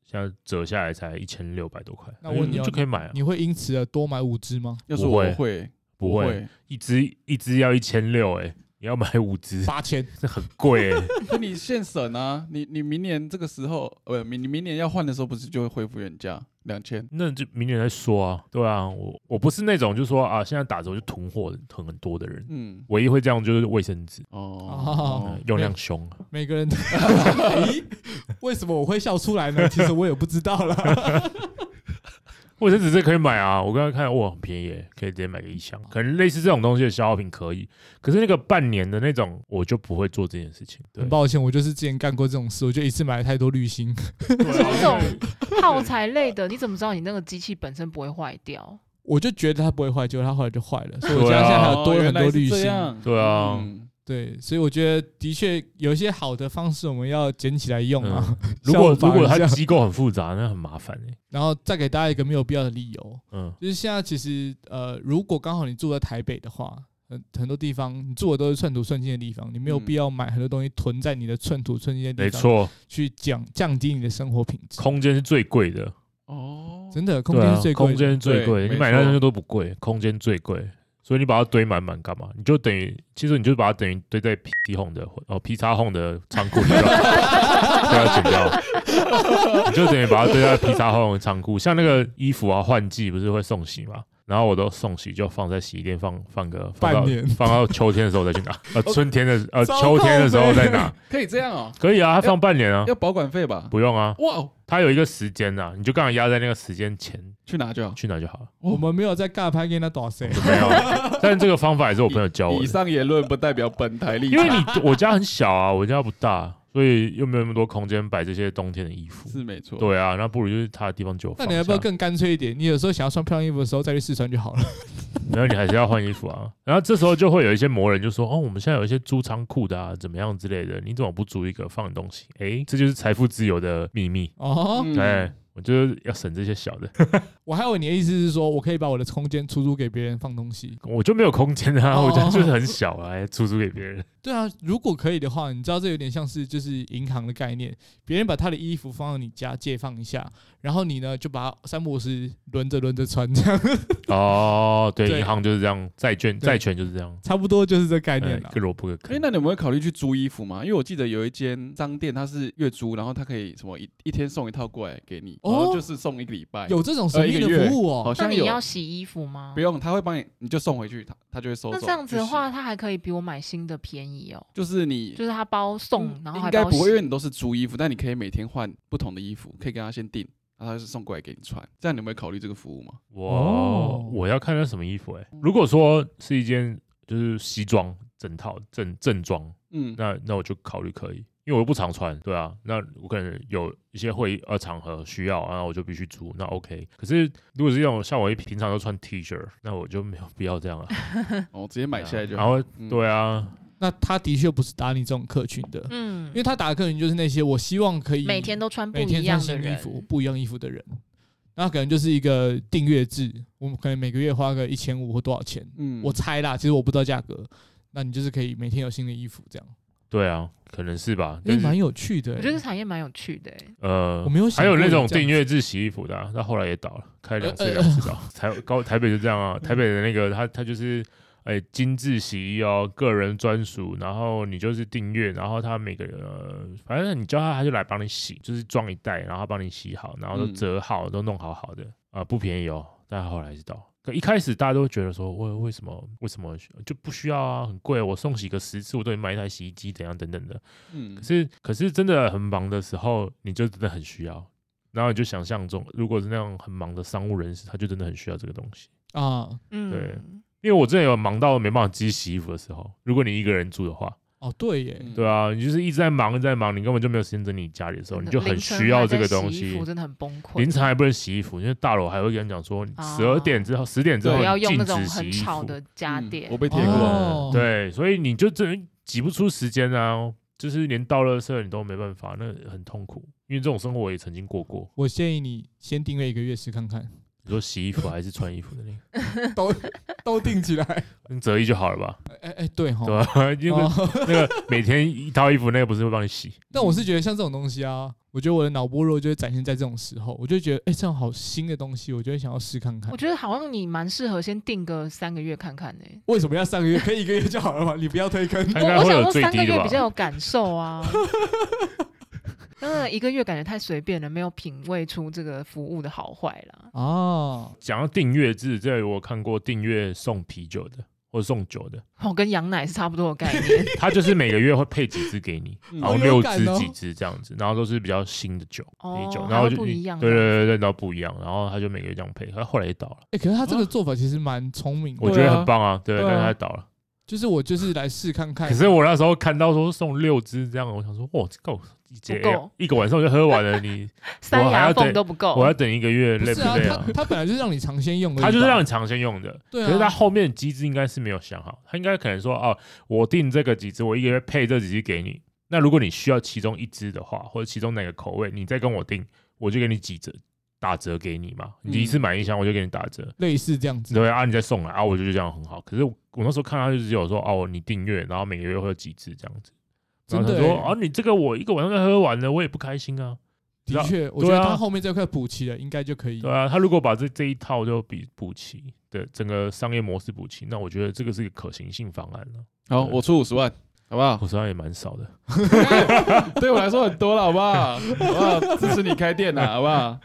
S4: 现在折下来才一千六百多块，
S1: 那我问你哦
S4: 就可以买啊，
S1: 你会因此而多买五支 吗？
S3: 要是我
S4: 不
S3: 会
S4: 不会，一支一支要一千六，哎，你要买五支，
S1: 八千，
S4: 这很贵、欸，
S3: 那你现省啊， 你你明年这个时候，呃，明你明年要换的时候，不是就会恢复原价两千？
S4: 那就明年再说啊，对啊，我我不是那种就说啊现在打折我就囤货囤很多的人，
S3: 嗯，
S4: 唯一会这样就是卫生纸。
S1: 哦
S3: 哦
S4: 嗯，用量凶，
S1: 每个人都。 咦，为什么我会笑出来 呢？其实我也不知道啦。
S4: 卫生纸这可以买啊！我刚刚看，哇，很便宜耶，可以直接买个一箱。啊可能类似这种东西的消耗品可以，可是那个半年的那种，我就不会做这件事情。对
S1: 很，抱歉，我就是之前干过这种事，我就一次买了太多滤芯。
S2: 可
S4: 啊
S2: 是这种耗材类的，你怎么知道你那个机器本身不会坏掉？
S1: 我就觉得它不会坏，结果它后来就坏了，所以我
S4: 对
S1: 家
S4: 啊
S1: 现在还有
S3: 哦
S1: 多了很
S3: 原来
S1: 多
S3: 是
S1: 滤
S3: 这
S1: 芯。
S3: 样
S4: 对啊
S3: 嗯
S1: 对，所以我觉得的确有一些好的方式，我们要捡起来用啊。
S4: 如果
S1: 效仿
S4: 如果它
S1: 一下
S4: 机构很复杂，那很麻烦哎。
S1: 然后再给大家一个没有必要的理由，
S4: 嗯，
S1: 就是现在其实呃，如果刚好你住在台北的话，很很多地方你住的都是寸土寸金的地方，你没有
S3: 嗯
S1: 必要买很多东西囤在你的寸土寸金的地
S4: 没
S1: 方，，
S4: 错，
S1: 去降降低你的生活品质。
S4: 空间是最贵的，
S3: 哦，
S1: 真的，空
S4: 对
S1: 间
S4: 啊
S1: 是最，贵
S4: 空
S1: 的。
S4: 间是最贵
S3: 对
S4: 的，
S3: 没
S4: 你买那
S3: 错
S4: 东西都不贵，空间最贵，所以你把它堆满满干嘛？你就等于，其实你就把它等于堆在 P T Home 的或哦 P 叉 Home 的仓库里 面，不要剪掉，你就等于把它堆在 P 叉 Home 的仓库。像那个衣服啊，换季不是会送洗嘛？然后我都送洗，就放在洗衣店放放个
S1: 半
S4: 放到
S1: 年
S4: 放到秋天的时候 再去拿，呃，
S3: 哦
S4: 春天的呃
S1: 糟
S4: 秋天的时候再拿，
S3: 可以这样哦，
S4: 可以啊，它放半年啊，
S3: 要保管费吧？
S4: 不用啊，
S3: 哇哦，
S4: 它有一个时间呐、你就刚好压在那个时间前
S3: 去拿就好。
S4: 去拿就好了。
S1: 我们没有在尬拍跟他打谁，
S4: 没有， 但是这个方法也是我朋友教我
S3: 以
S4: 的，
S3: 上言论不代表本台立
S4: 因
S3: 场，
S4: 为你我家很小啊，我家不大，所以又没有那么多空间摆这些冬天的衣服。
S3: 是没错。
S4: 对啊，那不如就是他的地方就
S1: 哦那
S4: 放下。
S1: 你要不要更干脆一点？你有时候想要穿漂亮衣服的时候再去试穿就好了。
S4: 然后你还是要换衣服啊。然后这时候就会有一些魔人就说：“哦，我们现在有一些租仓库的啊，怎么样之类的，你怎么不租一个放你东西？”诶，这就是财富自由的秘密。
S1: 哦，
S3: 嗯
S4: 哎、，我就是要省这些小的，
S1: 我还以为你的意思是说，我可以把我的空间出租给别人放东西。
S4: 我就没有空间啊，
S1: 哦
S4: 我家就是很小啊，还出租给 别人。
S1: 对啊，如果可以的话，你知道这有点像是就是银行的概念，别人把他的衣服放到你家借放一下，然后你呢就把它三不五时轮着轮着穿，这样
S4: 哦，对，
S1: 对
S4: 银行就是这样，债券
S1: 对
S4: 债券就是这样，
S1: 差不多就是这概
S4: 哎
S1: 念啊了
S4: 个。萝卜个
S3: 哎，
S4: 坑。
S3: 那你们会考虑去租衣服吗？因为我记得有一间商店，它是月租，然后它可以什么一一天送一套过来给你，
S1: 哦
S3: 然后就是送一个礼拜，
S1: 有这种神秘的服务
S3: 好
S1: 哦，
S2: 那
S3: 像
S2: 你
S3: 有，
S2: 要洗衣服吗
S3: 不？用，他会帮你，你就送回去，他他就会收走。
S2: 那这样子的
S3: 就洗，
S2: 话，他还可以比我买新的便宜哦，
S3: 就是你
S2: 就是他包
S4: 嗯
S2: 送，然后
S3: 应
S2: 还
S3: 该
S2: 包
S3: 不会，因为
S2: 洗。
S3: 你都是租衣服，但你可以每天换不同的衣服，可以跟他先订，然后他就是送过来给你穿。这样你有没有考虑这个服务吗？
S4: 我、
S1: 哦
S4: 我要看它什么衣服哎、如果说是一件就是西装整套正正装，
S3: 嗯，
S4: 那那我就考虑可以，因为我又不常穿，对啊，那我可能有一些会议呃场合需要，然后我就必须租，那 OK。可是如果是这种像我一平常都穿 T 恤，那我就没有必要这样了、
S3: 哦，直接买下来就
S4: 然
S3: 好。
S4: 后
S3: 嗯
S4: 对啊，
S1: 那他的确不是打你这种客群的，
S2: 嗯
S1: 因为，他打的客群就是那些我希望可以
S2: 每天都穿不
S1: 每天
S2: 一
S1: 穿
S2: 样的
S1: 新衣
S2: 人，
S1: 服、不一样衣服的人，那可能就是一个订阅制，我们可能每个月花个一千五或多少钱，
S3: 嗯
S1: 我猜啦，其实我不知道价格。那你就是可以每天有新的衣服这样。
S4: 对啊，可能是吧。
S1: 哎，
S4: 但是
S1: 蛮有趣的、
S2: 我
S1: 欸。
S2: 觉得这产业蛮有趣的欸、
S4: 呃，
S1: 我没有想
S4: 还有
S1: 过
S4: 那
S1: 有
S4: 种
S1: 这样
S4: 订阅制洗衣服的、啊，那后来也倒了，开两次
S1: 呃嗯
S4: 两次倒。台高台北就这样啊，台北的那个他他就是。哎，精致洗衣哦，个人专属，然后你就是订阅，然后他每个呃，反正你叫他，他就来帮你洗，就是装一袋，然后他帮你洗好，然后都
S3: 嗯
S4: 折好，都弄好好的啊、不便宜哦，但后来知道，可一开始大家都觉得说，为为什么为什么就不需要啊，很贵，我送洗个十次，我都得买一台洗衣机，怎样等等的，
S3: 嗯
S4: 可，是可是真的很忙的时候，你就真的很需要。然后你就想象中，如果是那种很忙的商务人士，他就真的很需要这个东西。
S1: 啊，
S2: 嗯，
S4: 对因为我之前有忙到没办法自己洗衣服的时候，如果你一个人住的话，
S1: 哦，对耶，
S3: 嗯
S4: 对啊，你就是一直在忙，一直在忙，你根本就没有时间整理家里的时候，
S2: 真
S4: 你
S2: 的
S4: 就很
S2: 凌晨
S4: 需要
S2: 还
S4: 这
S2: 在
S4: 个
S2: 洗
S4: 东
S2: 衣
S4: 西
S2: 服。真的很崩溃。
S4: 凌晨还不能洗衣服，因为大楼还会跟你讲说，十二点之后、十点之
S3: 对
S2: 我
S4: 后
S3: 不
S2: 要
S4: 你
S2: 用那
S4: 禁
S2: 种
S4: 止洗
S2: 很
S4: 衣
S2: 吵
S4: 服。
S2: 的家
S3: 嗯
S2: 电，
S3: 我被
S1: 铁
S3: 贴
S1: 锅
S3: 过。
S1: 哦
S4: 对，所以你就真的挤不出时间啊，就是连倒垃圾你都没办法，那很痛苦。因为这种生活我也曾经过过，
S1: 我建议你先订阅一个月试看 看，
S4: 你说洗衣服还是穿衣服的那个，
S1: 都都订起来。
S4: 跟折衣就好了吧？
S1: 哎哎哎，对哈，
S4: 对吧？ 因为
S1: 哦
S4: 那个每天一套衣服那个不是会帮你洗？
S1: 但我是觉得像这种东西啊，我觉得我的脑波弱就会展现在这种时候，我就觉得哎、这种好新的东西，我就会想要试看看
S2: 我。觉得好像你蛮适合先定个三个月看看呢、
S1: 为什么要上个月？可以一个月就好了嘛，你不要推坑。
S4: 他应
S2: 我
S4: 该
S2: 我
S4: 会
S2: 想
S4: 有
S2: 说
S4: 最
S2: 三个
S4: 低的
S2: 月比较
S4: 吧？
S2: 有感受 啊。嗯，一个月感觉太随便了，没有品味出这个服务的好坏啦。
S1: 啊，
S4: 讲到订阅制，这里我有看过订阅送啤酒的或者送酒的，
S2: 哦，跟羊奶是差不多的概念。
S4: 他就是每个月会配几支给你，
S3: 嗯
S4: 然后
S1: 好有
S4: 六
S1: 感
S4: 支
S1: 哦
S4: 几支这样子，然后都是比较新的酒，啤酒
S2: 哦，，
S4: 然后
S2: 还
S4: 就
S2: 会不一样。
S4: 对对对对，然后不一样，然后他就每个月这样配，他后来也倒了，
S1: 哎、可是他这个做法其实蛮聪明的，
S4: 啊我
S3: 对
S4: 觉得
S3: 啊
S4: 很棒啊，对，
S1: 对啊啊
S4: 但是他倒了。
S1: 就是我就是来试看看。
S4: 可是我那时候看到说送六支这样，我想说，哇，这够一节
S2: 不够
S4: 一个晚上我就喝完 了，你
S2: 三
S4: 我还要
S2: 牙缝
S4: 等
S2: 都不够。
S4: 我要等一个月，
S1: 不
S4: 累
S1: 哦是啊，
S4: 累
S1: 他他本来就是让你尝鲜用的，
S4: 他就是让你尝鲜用的，
S1: 对啊
S4: 可是他后面的机制应该是没有想好，他应该可能说哦，我订这个几支，我一个月配这几支给你。那如果你需要其中一支的话，或者其中哪个口味，你再跟我订，我就给你几折打折给你嘛。你一次买一箱，我就给你打折。
S1: 类似这样子。
S4: 对啊，你再送来啊，我就觉得这样很好。可是我我那时候看他就只有说哦，你订阅，然后每个月会有几支这样子。然后
S1: 真
S4: 他
S1: 的
S4: 说
S1: 欸
S4: 啊，你这个我一个晚上就喝完了，我也不开心啊。
S1: 的确，我觉
S4: 对啊
S1: 得他后面这块补齐了，应该就可以。
S4: 对啊，他如果把这这一套就比补齐，对整个商业模式补齐，那我觉得这个是一个可行性方案了。
S3: 好，我出五十万，好不好？
S4: 我手上也蛮少的，
S3: 对我来说很多了，好不好？好不好？支持你开店啊呐，好不好？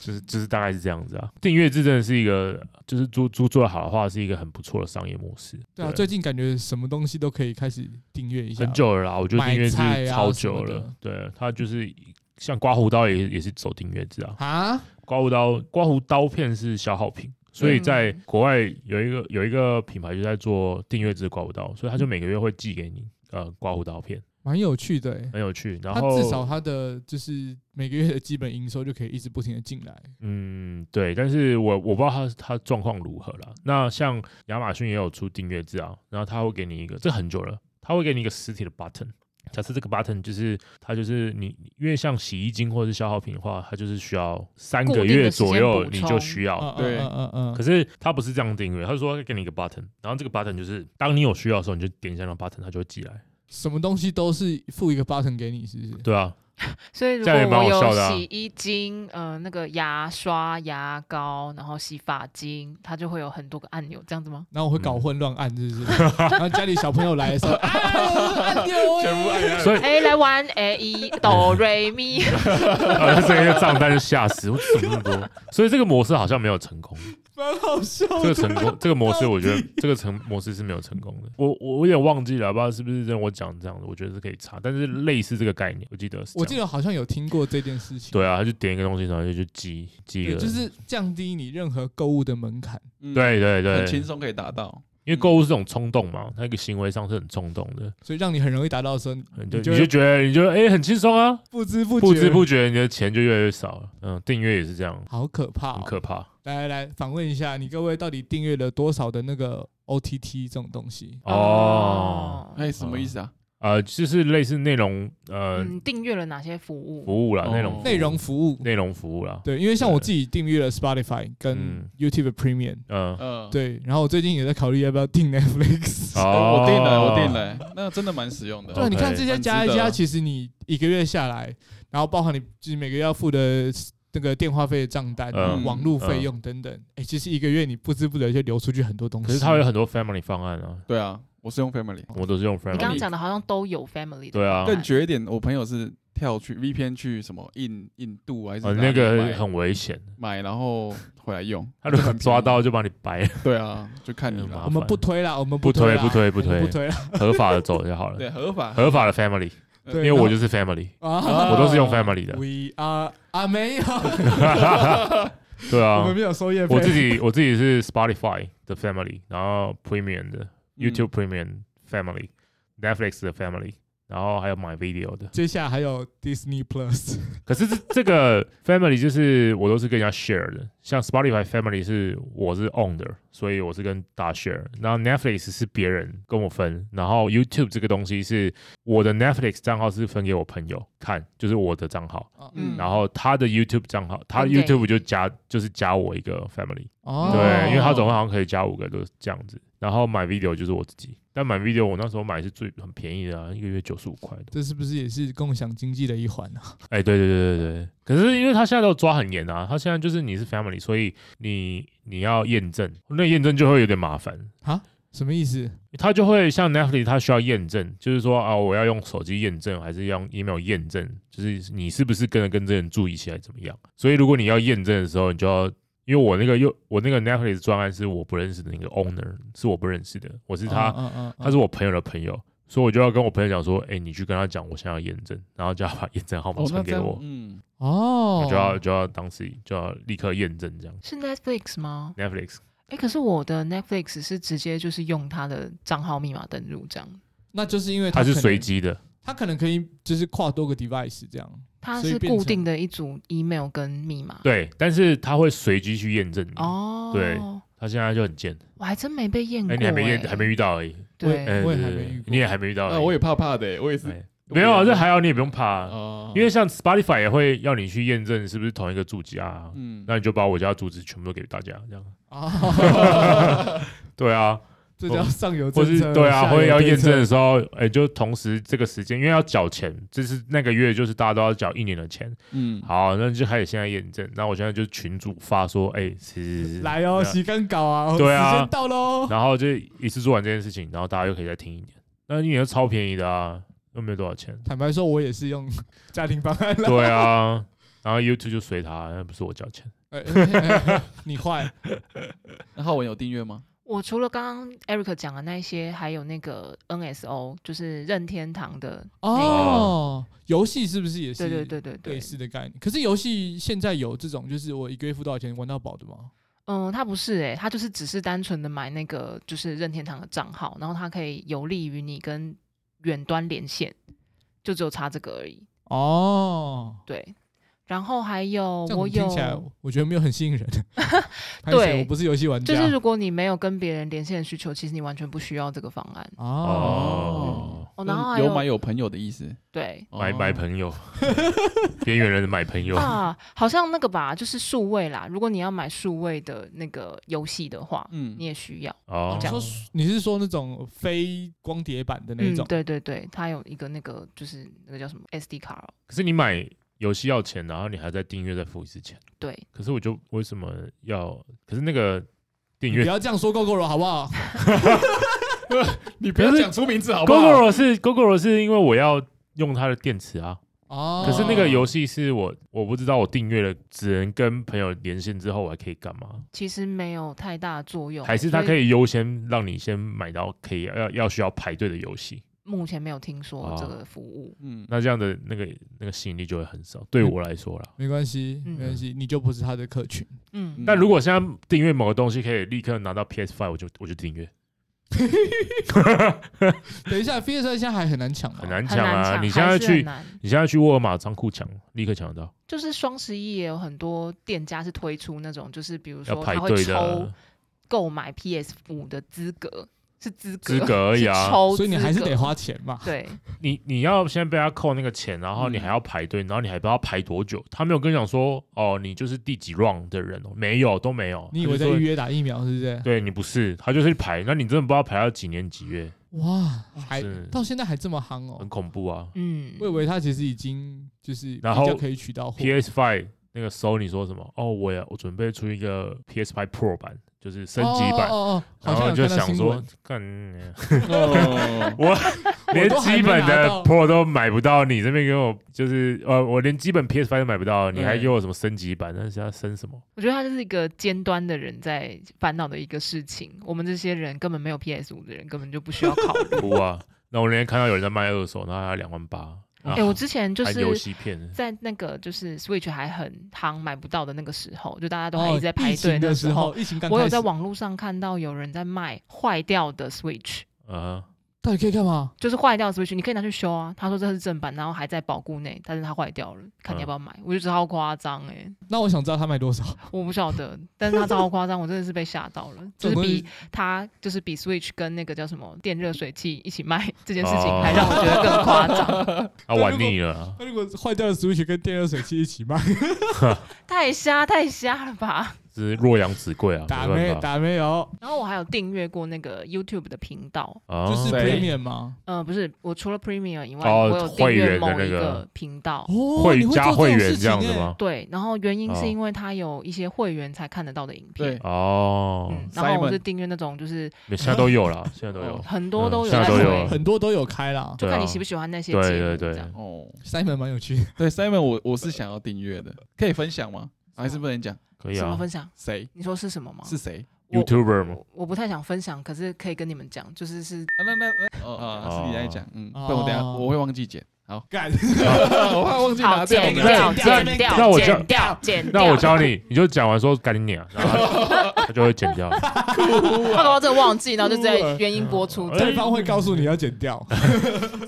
S4: 就是就是大概是这样子啊。订阅制真的是一个，就是做做做得好的话，是一个很不错的商业模式。
S1: 对啊，最近感觉什么东西都可以开始订阅一下。
S4: 很久了啦，我觉得订阅制
S1: 买菜啊
S4: 超久
S1: 什么
S4: 了。
S1: 的
S4: 对，它就是像刮胡刀也也是走订阅制啊。
S1: 啊，
S4: 刮胡刀刮胡刀片是消耗品，所以
S2: 嗯
S4: 在国外有一个有一个品牌就在做订阅制刮胡刀，所以他就每个月会寄给你呃刮胡刀片，
S1: 蛮有趣的欸。
S4: 很有趣。然
S1: 他
S4: 后
S1: 至少他的就是每个月的基本营收就可以一直不停的进来。
S4: 嗯，对，但是我我不知道他他状况如何啦。那像亚马逊也有出订阅制啊，然后他会给你一个，这很久了，他会给你一个实体的 button。假设这个 button 就是它就是你，因为像洗衣精或者是消耗品的话，它就是需要三
S2: 固
S4: 个
S2: 定的
S4: 月
S2: 时间
S4: 左右
S2: 补
S4: 你就
S2: 充
S4: 需要。
S1: 嗯
S3: 对
S1: 嗯嗯嗯
S4: 哦可
S1: 嗯，
S4: 是他不是这样订阅，他说他给你一个 button，然后这个 button 就是当你有需要的时候，你就点一下那个 button，它就会寄来。
S1: 什么东西都是付一个 button 给你，是不是？
S4: 对啊，
S2: 所以如
S4: 这
S2: 果
S4: 样也蛮
S2: 我
S4: 好笑的
S2: 有
S4: 啊
S2: 洗衣精，呃，那个牙刷、牙膏，然后洗发精，它就会有很多个按钮，这样子 吗？
S1: 然后我会搞混乱按，是不是？然后家里小朋友来的时 候，啊，按钮欸
S3: 全部按下
S4: 所以
S2: 哎、来玩 A 一哆瑞咪，
S4: 呃，这个账单就吓死我，怎么那么多？所以这个模式好像没有成功。
S1: 蛮好笑
S4: 这个
S1: 的。
S4: 成功，这个模式，我觉得这个成模式是没有成功的。我我我有点忘记了，不知道是不是真的我讲这样的，我觉得是可以查，但是类似这个概念，我记得是这样。
S1: 我记得好像有听过这件事情。
S4: 对啊，他就点一个东西，然后就就寄寄一
S1: 对，
S4: 个，
S1: 就是降低你任何购物的门槛。
S3: 嗯，
S4: 对对对
S3: 很，轻松可以达到。
S4: 因为购物是这种冲动嘛，他一个行为上是很冲动的，
S1: 所以让你很容易达到的时候，
S4: 你就
S1: 你就
S4: 你就觉得你就哎、很轻松啊，
S1: 不知不觉，
S4: 不知不觉你的钱就越来越少了。嗯，订阅也是这样，
S1: 好可怕、
S4: 很
S1: 哦。
S4: 可怕。
S1: 来来来，访问一下你各位到底订阅了多少的那个 OTT 这种东西？
S4: 哦，
S3: 哎，什么意思啊？
S4: 呃，就是类似内容呃、
S2: 嗯，订阅了哪些服务？
S4: 服务啦，
S3: 哦
S4: 内容服务
S1: 内容服务。
S4: 内容服务啦，
S1: 对，因为像我自己订阅了 Spotify 跟
S4: 嗯
S1: YouTube Premium，
S4: 嗯，
S3: 呃，
S1: 对，然后我最近也在考虑要不要订 Netflix。
S4: 哦
S3: 我定了，我定，了，那真的蛮实用 的。
S1: 对啊，你看
S4: OK，
S1: 这些
S3: 很值
S1: 加一加，
S3: 得
S1: 其实你一个月下来，然后包含你就是每个月要付的那个电话费的账单、
S4: 嗯
S1: 网路费
S4: 嗯
S1: 用等等，哎，其实一个月你不知不觉就流出去很多东西。
S4: 可是它有很多 family 方案啊，
S3: 对啊，我是用 Family。
S4: 我都是用
S2: 你刚刚
S4: family，
S2: 讲的好像都有 family 的
S4: 对啊
S2: 方
S3: 更
S2: 案
S3: 绝一点，我朋友是跳去 VPN 去什么印印度啊还是
S4: 呃，
S3: 哪里
S4: 那个
S3: 买
S4: 很危险，
S3: 买，然后回来用。
S4: 他如
S3: 就
S4: 果
S3: 很便宜
S4: 抓，到就把你掰，
S3: 对啊，就看你
S4: 哎呀
S3: 了
S1: 我。们不推啦，我们
S4: 不推
S1: 啦
S4: 不推不
S1: 我们
S4: 推
S1: 不推啦。
S4: 合法的走就好了，
S3: 对，合法。嗯
S4: 合法的 family，
S3: 呃
S1: 对
S4: 因为
S1: 然
S4: 我
S1: 后
S4: 就是 family，
S1: 啊
S3: 啊
S4: 我都是用 family 的，
S1: ，We are 啊，没有，
S4: 对
S1: 我
S4: 啊
S1: 们，没有收业费。
S4: 我自己我自己是 Spotify 的 family，然后 Premium 的 YouTube Premium family、Netflix 的 family，然后还有 My Video 的。
S1: 接下来还有 Disney Plus，
S4: 可是这这 个 family 就是我都是跟人家 share 的，像 Spotify family 是我是 own 的，所以我是跟大家 share。然后 Netflix 是别人跟我分，然后 YouTube 这个东西是我的 Netflix 账号是分给我朋友看，就是我的账号。
S2: 嗯
S4: 然后他的 YouTube 账号，他的
S2: 分给
S4: YouTube 就加就是加我一个 family，
S1: 哦
S4: 对，因为他总共好像可以加五个，都是这样子。然后买 video 就是我自己，但买 video 我那时候买是最很便宜的、啊，一个月九十五块。
S1: 这是不是也是共享经济的一环啊？
S4: 哎，对对对对对，可是因为他现在都抓很严啊，他现在就是你是 family，所以你你要验证，那验证就会有点麻烦。
S1: 什么意思？
S4: 他就会像 Netflix，他需要验证，就是说啊，我要用手机验证，还是要用 email 验证，就是你是不是跟着跟这个人住一起，还是怎么样？所以如果你要验证的时候，你就要，因为我那个又我那个 Netflix 专案是我不认识的那个 owner，是我不认识的，我是他，
S1: 嗯嗯，
S4: 他是我朋友的朋友，所以我就要跟我朋友讲说，哎，你去跟他讲，我想要验证，然后叫他把验证号码
S3: 哦，那
S4: 传
S3: 这
S4: 给
S3: 样
S4: 我。
S3: 嗯，
S1: 哦
S4: 我，就要就要当时就要立刻验证这样。
S2: 是 Netflix 吗？
S4: Netflix
S2: 哎、可是我的 Netflix 是直接就是用它的账号密码登录，这样
S1: 那就是因为
S4: 它是
S1: 可能
S4: 随，机的，
S1: 它可能可以就是跨多个 device 这样。
S2: 它
S1: 所以
S2: 是
S1: 变成
S2: 固定的一组 email 跟密码。
S4: 对，但是它会随机去验证你。
S2: 哦，
S4: 对它现在就很贱，
S2: 我还真没被验过、
S4: 哎，
S2: 欸，
S4: 你还没验，还没遇到而已。
S2: 对，
S4: 哎
S1: 我也
S4: 对
S1: 还
S4: 对
S1: 没
S4: 对
S1: 遇过
S4: 你也还没遇到而已。
S3: 那我也怕怕的，欸我也是。
S4: 哎没有，啊，这还好，你也不用怕，
S3: 哦，
S4: 呃因为像 Spotify 也会要你去验证是不是同一个住家，啊
S3: 嗯，
S4: 那你就把我家住址全部都给大家，这样。
S1: 啊，
S4: 对啊，
S1: 这叫上游
S4: 或
S1: 政
S4: 是
S1: 策，
S4: 对啊，
S1: 下游
S4: 或者要验证
S1: 对
S4: 的
S1: 策
S4: 时候，哎，就同时这个时间，因为要缴钱，这是那个月就是大家都要缴一年的钱，
S3: 嗯，
S4: 好，那就开始现在验证。那我现在就群主发说，哎、是是是，
S1: 来哦，
S4: 那
S1: 洗干稿啊，
S4: 对啊
S1: 时间到喽。。
S4: 然后就一次做完这件事情，然后大家又可以再听一年，那一年超便宜的啊，又没有多少钱
S1: 坦白说，我也是用家庭方案了。
S4: 对啊，然后 YouTube 就随他，那不是我交钱。
S1: 哎哎哎你 坏，
S3: 那浩文有订阅吗？
S2: 我除了刚刚 Eric 讲的那一些，还有那个 NSO，就是任天堂的
S1: 哦，游戏是不是也是
S2: 对对对对对
S1: 类，似的概念？可是游戏现在有这种，就是我一个月付多少钱玩到饱的吗？
S2: 嗯，他不是诶、他就是只是单纯的买那个就是任天堂的账号，然后它可以有利于你跟远端连线，就只有差这个而已。
S1: 哦，
S2: 对，然后还有
S1: 这样
S2: 我
S1: 听起来
S2: 有，
S1: 我觉得没有很吸引 人。拍
S2: 对
S1: 谁我不是游戏玩
S2: 就
S1: 家。
S2: 是如果你没有跟别人连线的需求，其实你完全不需要这个方案。
S1: 哦，
S4: 哦，
S2: 哦，然后还
S3: 有买有朋友的意思，
S2: 对
S4: 买
S3: 哦
S4: 买朋友， 边缘人买朋友。
S2: 啊，好像那个吧，就是数位啦。如果你要买数位的那个游戏的话，
S3: 嗯
S2: 你，也需要。
S4: 哦
S1: 你，说你是说那种非光碟版的那
S2: 嗯
S1: 种，？
S2: 对对对，它有一个那个就是那个叫什么 SD 卡、哦，
S4: 可是你买游戏要钱，然后你还在订阅再付一次钱。
S2: 对，
S4: 可是我就为什么要？可是那个订
S1: 你
S4: 阅
S1: 不要这样说 GoGo 了好不好？
S3: 你不
S4: 要
S3: 要
S4: 讲
S3: 讲出名字好不好？
S4: ，GoGo 是 GoGo 是因为我要用它的电池啊。
S1: 哦，
S4: 可是那个游戏是我我不知道我订阅了，只能跟朋友连线之后，我还可以干嘛？
S2: 其实没有太大作用，
S4: 还是它可
S2: 以？
S4: 以优先让你先买到可以要要需要排队的游戏？
S2: 目前没有听说
S4: 哦
S2: 这个服务。
S3: 嗯，
S4: 那这样的那个那个吸引力就会很少，对我来说啦。
S1: 没关系，
S2: 嗯
S1: 没关系，你就不是他的客群。
S2: 嗯，
S4: 但如果现在订阅某个东西可以立刻拿到 PS Five，我就我就订阅，
S1: 等一下，PS 现在还很难抢吗，
S4: 很难
S2: 哦很
S4: 抢
S2: 难
S4: 啊！
S2: 抢，
S4: 你现在
S2: 还是很
S4: 去
S2: 难
S4: 你现在去沃尔玛仓库抢，立刻抢得到，
S2: 就是双十一也有很多店家是推出那种，就是比如
S4: 要
S2: 说
S4: 排
S2: 他会
S4: 队
S2: 抽
S4: 的。
S2: 购买 PS 五的资格，是资格
S4: 资格而已啊
S2: 是抽
S1: 所以你还是
S2: 资啊格
S1: 得花钱嘛。
S2: 对，
S4: 你你要先被他扣那个钱，然后你还要排队，然后你还不知道排多久。他没有跟你讲说，哦，你就是第几 round 的人哦，没有，都没有。
S1: 你以为
S4: 他
S1: 在
S4: 就说
S1: 预约打疫苗是不是？
S4: 对你不是，他就是排，那你真的不知道排到几年几月，
S1: 哇，还
S4: 是
S1: 到现在还这么夯
S4: 很
S1: 哦！
S4: 恐怖啊。
S2: 嗯
S1: 我以为他其实已经就是比
S4: 然后
S1: 较可以取到货。
S4: PS Five 那个 Sony 说什么？哦，我也我准备出一个 PS Five Pro 版，就是升级版。
S1: 哦哦哦，好
S4: 然后
S1: 像
S4: 就
S1: 有看到
S4: 想
S1: 新
S4: 说
S1: 闻，，
S4: 干，
S3: 哦，
S4: 我连
S1: 都还
S4: 基
S1: 没
S4: 本
S1: 拿
S4: 的
S1: 到
S4: Pro 都买不到，你这边给我就是呃，我连基本 PS Five 都买不到，你还
S3: 对
S4: 给我什么升级版？那是要升什么？
S2: 我觉得他就是一个尖端的人在烦恼的一个事情。我们这些人根本没有 PS 五的人根本就不需要考虑。
S4: 哭啊！那我那天看到有人在卖二手，然后还两万八，
S1: 啊
S4: 啊
S2: 哎、我之前就
S4: 还游
S2: 是
S4: 戏片，
S2: 在那个就是 Switch 还很夯买不到的那个时候，就大家都还一
S1: 哦，
S2: 直在排
S1: 疫
S2: 队
S1: 情
S2: 那
S1: 的时
S2: 候，
S1: 候，疫情刚
S2: 我有
S1: 开
S2: 在
S1: 始，
S2: 网络上看到有人在卖坏掉的 Switch。
S4: 啊，
S1: 到底可以干嘛？
S2: 就是坏掉的 Switch，你可以拿去修啊。他说这是正版，然后还在保固内，但是它坏掉了，
S1: 嗯
S2: 看你要不要买。我就觉得好夸张哎、
S1: 那我想知道他卖多少，
S2: 我不 晓得，但是它超夸张，我真的是被吓到了。
S1: 这
S2: 就是
S1: 种东
S2: 比
S1: 西
S2: 它就是比 Switch 跟那个叫什么电热水器一起卖 这件事
S4: 哦
S2: 情，还让我觉得更夸张，
S4: 啊玩腻了啊，
S1: 那如果坏掉的 Switch 跟电热水器一起卖，
S2: 太瞎太瞎了吧？
S4: 这是洛阳纸贵啊，
S1: 打
S4: 没
S1: 没
S4: 办法
S1: 打哦没有，
S2: 然后我还有订阅过那个 YouTube 的频道，
S4: 啊，
S1: 就是
S3: 对
S1: Premium 吗？
S2: 呃，不是我除了 Premium 以外，
S4: 哦
S2: 我有订
S4: 会员
S2: 阅
S4: 的
S2: 某
S4: 那
S2: 一
S4: 个
S2: 个频道。
S1: 哦，
S4: 会
S1: 你做
S4: 加
S1: 种
S4: 会员
S1: 事
S4: 这样
S1: 情
S4: 子
S1: 欸？
S4: 吗？
S2: 对，然后原因
S4: 哦
S2: 是因为它有一些会员才看得到的影片
S3: 对，，
S4: 哦，
S2: 嗯，然后我
S3: Simon
S2: 是订阅那种就是
S4: 没现在都有了，现在都有，
S2: 很多都有
S4: 现在
S2: 在
S4: 都有
S2: 推
S4: 了，
S1: 很多都有开啦。
S2: 哦就
S4: 对
S2: 看
S4: 啊
S2: 你喜不喜欢那些节目
S4: 对
S2: 这样。
S4: 对对
S3: 哦，
S1: Simon 蛮有趣的，
S3: 对，Simon，我我是想要订阅的，可以分享吗？还是不能讲？
S4: 可以
S2: 什么
S4: 啊
S2: 分享？
S3: 谁
S2: 你说是什么吗？
S3: 是谁？
S2: 我
S4: ，YouTuber 嘛，
S2: 我我不太想分享，可是可以跟你们讲，就是是
S3: 啊，那那那哦啊，是你来讲，嗯，不然我等下
S1: 哦，
S3: 我会忘记剪，好
S1: 干
S4: 哎
S3: 我怕忘记拿掉
S4: 剪掉剪掉那我就剪
S2: 掉剪
S4: 那我教你，你就讲完说干你娘，啊然后他他就会剪掉，
S2: 他搞到真的忘记，然后就在
S1: 哭了
S2: 原因播出。
S1: 对方会告诉你要剪 掉。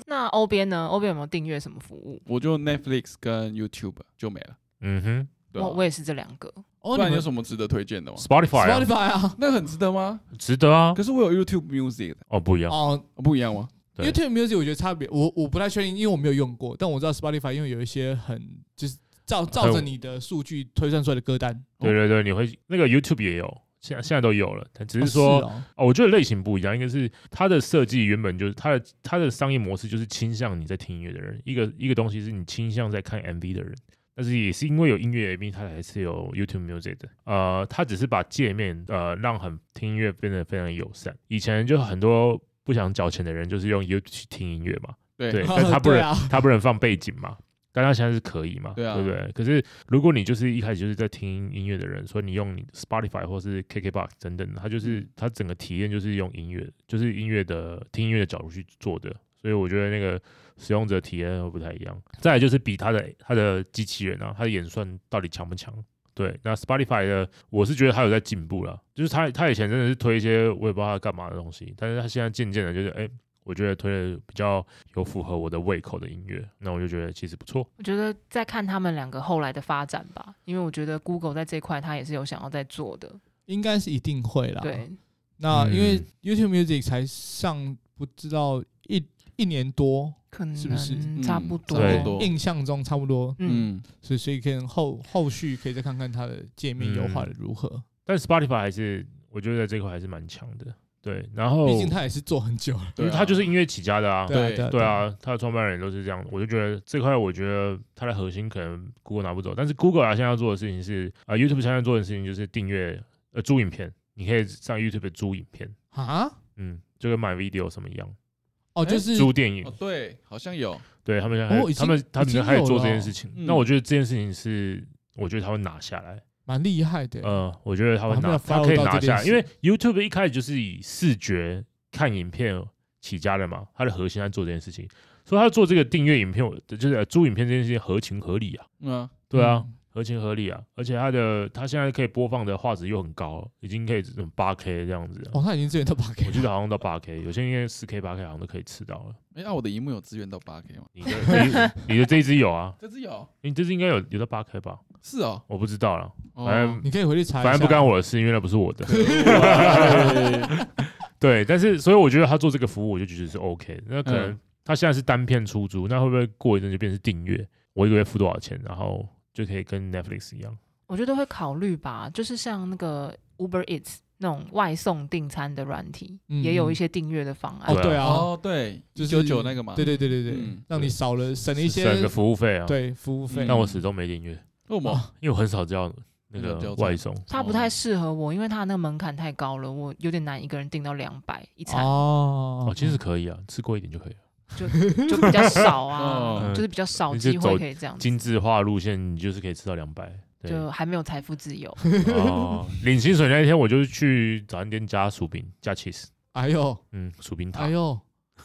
S2: 那欧边呢？欧边有没有订阅什么服务？
S3: 我就 Netflix 跟 YouTube 就没了。
S4: 嗯哼
S3: 对啊
S2: 我，我也是这两个。
S1: 哦
S3: 不然有什么值得推荐的吗？
S4: ，Spotify 啊
S1: Spotify 啊？
S3: 那个很值得吗？
S4: 值得啊
S3: 可，是我有 YouTube Music，的
S4: 哦不一样，
S1: 哦
S3: 不一样吗？
S4: 对
S1: ，YouTube Music 我觉得差别，我我不太确定，因为我没有用过，但我知道 Spotify 因为有一些很就是照照着你的数据推算出来的歌单，哦
S4: 对对对，你会那个 YouTube 也有，现在现在都有了，但只
S1: 哦
S4: 是说
S1: 哦
S4: 哦，我觉得类型不一样，一个是它的设计原本就是它的它的商业模式就是倾向你在听音乐的人，一个一个东西是你倾向在看 MV 的人，但是也是因为有音乐 MV，它还是有 YouTube Music 的。呃，它只是把界面呃让很听音乐变得非常友善。以前就很多不想缴钱的人就是用 YouTube 去听音乐嘛，对
S3: 对，
S4: 但他不
S1: 对
S4: 能、
S1: 啊
S4: 他不能放背景嘛。但他现在是可以嘛，
S3: 对啊
S4: 不对？可是如果你就是一开始就是在听音乐的人，所以你用你 Spotify 或是 KKBox 等等的，它
S3: 嗯
S4: 就是它整个体验就是用音乐，就是音乐的听音乐的角度去做的，所以我觉得那个使用者体验会不太一样。再来就是比它的它的机器人啊，它的演算到底强不强？对，那 Spotify 的我是觉得它有在进步了，就是它它以前真的是推一些我也不知道它干嘛的东西，但是它现在渐渐的就是哎。我觉得推的比较有符合我的胃口的音乐，那我就觉得其实不错。
S2: 我觉得再看他们两个后来的发展吧，因为我觉得 Google 在这一块它也是有想要在做的。
S1: 应该是一定会啦。，
S2: 对，
S1: 那因为
S4: 嗯
S1: YouTube Music 才上不知道一一年多，
S2: 可能
S1: 是不是
S2: 差不多？
S3: 嗯差
S4: 对
S3: 不多
S1: 印象中差不多，
S2: 嗯，
S3: 嗯，
S1: 所以所以可能后后续可以再看看它的界面优化的如何，
S4: 但 Spotify 还是我觉得在这块还是蛮强的。对，然后
S1: 毕竟它也是做很久了。
S4: 因
S3: 对
S4: 为
S3: 啊，
S4: 他就是音乐起家的啊，
S1: 啊
S3: 对
S1: 对啊
S4: 哦对，啊，他的创办人都是这样，我就觉得这块，我觉得它的核心可能 Google 拿不走，但是 Google 啊现在要做的事情是啊、YouTube 现在做的事情就是订阅呃租影片，你可以上 YouTube 租影片，
S1: 啊，
S4: 嗯，就跟买 video 什么一样，哎
S1: 哦，就是
S4: 租电影
S3: 哦，，对，好像有，
S4: 对他们现在还、
S1: 哦已经
S4: 他们他
S1: 已
S4: 们
S1: 经有
S4: 还在做
S1: 了哦
S4: 这件事情，
S3: 嗯
S4: 那我觉得这件事情是我觉得他会拿下来，
S1: 蛮厉害的。
S4: 呃，我觉得他会拿，
S1: 我还
S4: 他
S1: 没有
S4: 可以
S1: 哦 follow 到
S4: 拿
S1: 这
S4: 下来，
S1: 件事
S4: 因为 YouTube 一开始就是以视觉看影片起家的嘛，它的核心在做这件事情，所以他做这个订阅影片，就是呃租影片这件事情合情合理啊，
S3: 嗯啊，
S4: 对啊，合情合理啊，而且它的它现在可以播放的画质又很高，已经可以这种八 K 这样子
S1: 嗯，
S4: 了，
S1: 哦，它已经之前都把给
S4: 我记得好像到八 K，有些应该四 K 八 K 好像都可以吃到了。
S3: 哎，那我的荧幕有资源到八 K 吗？
S4: 你 的你你的这一支有啊？
S3: 这只有，
S4: 你这支应该有有到八 K 吧？
S3: 是哦，
S4: 我不知道了，
S3: 哦
S4: 反正
S1: 你可以回去查一下。
S4: 反正不干我的事，因为那不是我的。 对，但是所以我觉得他做这个服务，我就觉得是 OK 的。那可能
S3: 嗯
S4: 他现在是单片出租，那会不会过一阵就变成是订阅？我一个月付多少钱，然后就可以跟 Netflix 一样？
S2: 我觉得会考虑吧，就是像那个 Uber Eats 那种外送订餐的软体，
S1: 嗯
S2: 也有一些订阅的方案。
S1: 哦，对啊，
S3: 哦，对，
S1: 就
S3: 就是九九那个嘛，
S1: 对对对对对
S3: 嗯，
S1: 让你少了省了一些
S4: 省个服务费啊。，
S1: 对服务费
S3: 嗯。
S4: 但我始终没订阅，
S3: 为什么？哦
S4: 因为我很少叫那
S3: 那种
S4: 个
S3: 叫做
S4: 外送。
S2: 它哦不太适合我，因为它那个门槛太高了，我有点难一个人订到两百一餐，
S1: 哦
S4: 哦，其实可以啊，吃过一点就可以了。
S2: 就就比较少啊，
S3: 哦
S2: 就是比较少
S4: 你就
S2: 机会
S4: 走
S2: 可以这样子，
S4: 精致化路线，你就是可以吃到两百。对，
S2: 就还没有财富自由。
S4: 哦，领薪水那一天，我就是去早餐店加薯饼加 cheese，
S1: 哎呦
S4: 嗯，薯饼塔
S1: 哎，呦，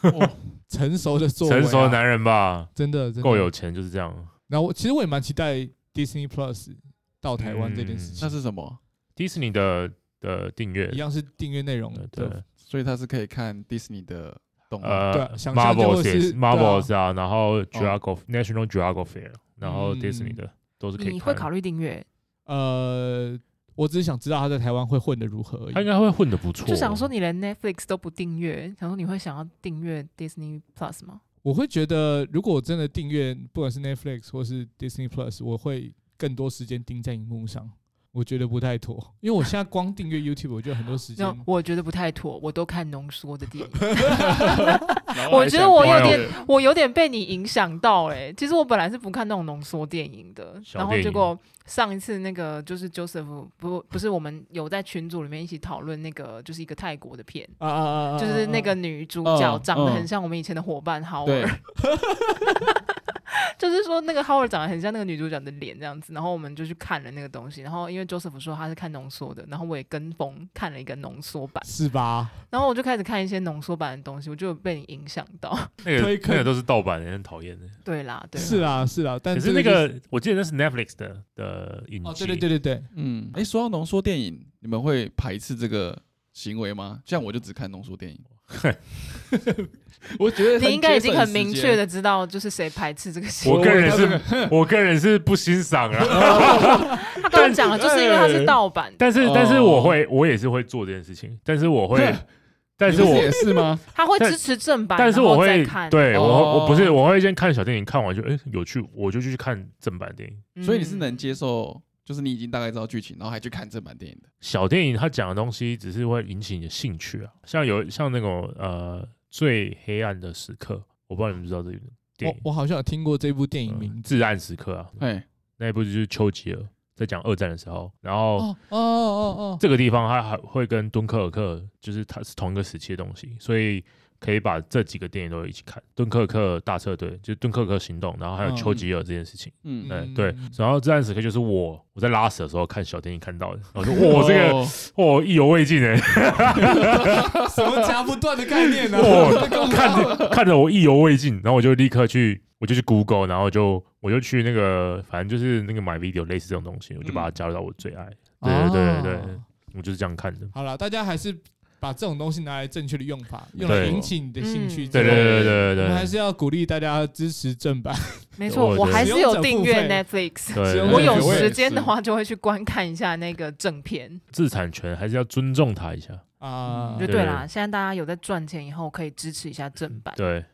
S3: 哦
S1: 成熟的作为啊，
S4: 成熟的男人吧，
S1: 真的真的
S4: 够有钱就是这样。
S1: 然后我其实我也蛮期待 Disney Plus 到台湾这
S4: 嗯
S1: 件事情
S3: 那，是什么？
S4: 迪士尼的的订阅
S1: 一，样是订阅内容
S4: 对对
S1: 的，
S3: 所以他是可以看迪士尼的动画。
S1: 对
S4: 呃
S1: 啊想象就
S4: ，Marvels
S1: 会是
S4: 也是
S1: 对啊哦
S4: Marvels 啊，然后 Geography National Geography，然后
S1: 嗯
S4: Disney 的都是可以看。
S2: 你会考虑订阅，
S1: 呃，我只是想知道他在台湾会混得如何
S4: 他
S1: 而
S4: 应
S1: 已。
S4: 该会混得不错。哦
S2: 就想说你连 Netflix 都不订阅，想说你会想要订阅 Disney Plus 吗？
S1: 我会觉得，如果我真的订阅，不管是 Netflix 或是 Disney Plus，我会更多时间盯在荧幕上。我觉得不太妥，因为我现在光订阅 YouTube，我就很多时间
S2: 那。我觉得不太妥，我都看浓缩的电影。
S3: 然后
S2: 我
S3: 还
S2: 觉
S3: 想
S2: 得我有
S4: 关
S2: 点，我有点被你影响到哎、欸。其实我本来是不看那种浓缩电影的，
S4: 小
S2: 然后
S4: 电
S2: 结
S4: 影
S2: 果上一次那个就是 Joseph 不不是我们有在群组里面一起讨论那个就是一个泰国的片，
S1: 啊啊啊！啊
S2: 就是那个
S1: 啊
S2: 女主角
S3: 嗯
S2: 长得
S3: 嗯
S2: 很像我们以前的伙伴 Howard，、
S3: 对，
S2: 就是说那个 Howard 长得很像那个女主角的脸这样子，然后我们就去看了那个东西，然后因为 Joseph 说他是看浓缩的，然后我也跟风看了一个浓缩 版，
S1: 是吧？
S2: 然后我就开始看一些浓缩版的东西，我就有被你影响到。
S4: 那个
S1: 推坑
S4: 那个都是盗版的，很讨厌的。
S2: 对啦，对啦，
S1: 是啊，是啊，但
S4: 可
S1: 这
S4: 是那
S1: 就
S4: 个我记得那是 Netflix 的的影集，
S1: 哦，对对对对对，
S3: 嗯，哎，说到浓缩电影，你们会排斥这个行为吗？像我就只看浓缩 电影。我觉得
S2: 你应该已经很明确
S3: 的，
S2: 的知道，就是谁排斥这个行
S4: 我
S2: 为。
S4: 个人是，我个人是不欣赏啊。
S2: 他刚刚讲了，就是因为它是盗版，
S4: 但是，
S3: 哦
S4: 但是我会，我也是会做这件事情，但是我 会，但
S3: 你
S4: 是
S3: 不
S4: 我，
S3: 也是吗？
S2: 他会
S4: 但
S2: 支持正版，
S4: 但是
S2: 然
S4: 我
S2: 后再
S4: 会
S2: 看。，
S4: 对我会，
S3: 哦
S4: 我不是，我会先看小电影，看完就哎、诶有趣，我就去看正版电影。
S2: 嗯
S3: 所以你是能接受，就是你已经大概知道剧情，然后还去看正版电影的。
S4: 小电影它讲的东西只是会引起你的兴趣啊，像有像那种呃最黑暗的时刻，我不知道你们知道这个电
S1: 我
S4: 影，
S1: 我好像有听过这部电影
S4: 呃
S1: 名字
S4: 至暗时刻啊，
S3: 哎，
S4: 那一部就是丘吉尔在讲二战的时候，然后
S1: 哦哦哦哦，
S4: 这个地方它还会跟敦刻尔克，就是它是同一个时期的东西，所以可以把这几个电影都一起看。敦刻尔克大撤退，就是敦刻尔克行动，然后还有
S1: 嗯
S4: 丘吉尔这件事情。
S3: 嗯，
S4: 嗯，
S1: 嗯
S4: 对。然后这段时刻就是我我在拉屎的时候看小电影看到的，我说哇，这个
S3: 哦
S4: 哇意犹未尽哎，
S1: 哦 什么夹不断的概念呢？
S4: 哇，看着看着我意犹未尽，然后我就立刻去。我就去 Google，然后就我就去那个，反正就是那个买 video 类似这种东西，我就把
S2: 嗯
S4: 它加入到我最爱，对对对对
S1: 哦
S4: 我就是这样看的。
S1: 好了，大家还是把这种东西拿来正确的用法，用来
S4: 对
S1: 引起你的兴趣
S2: 嗯
S1: 之
S4: 对
S1: 外。
S4: 对对对对
S1: 我
S4: 对，
S1: 们还是要鼓励大家支持正版。
S2: 没错，
S4: 我
S2: 我还是有订
S1: 使用
S2: 阅
S1: 者
S2: Netflix。
S4: 对
S1: 使用
S4: 对
S2: 我
S1: 者
S2: 有
S1: 付费
S2: 时间的话，就会去观看一下那个正片。
S4: 自产权还是要尊重他一下。
S1: 啊
S2: 我
S4: 嗯
S2: 觉得
S4: 对嗯
S2: 对啦，现在大家有在赚钱以后，可以支持一下正版。
S4: 对，
S2: 就是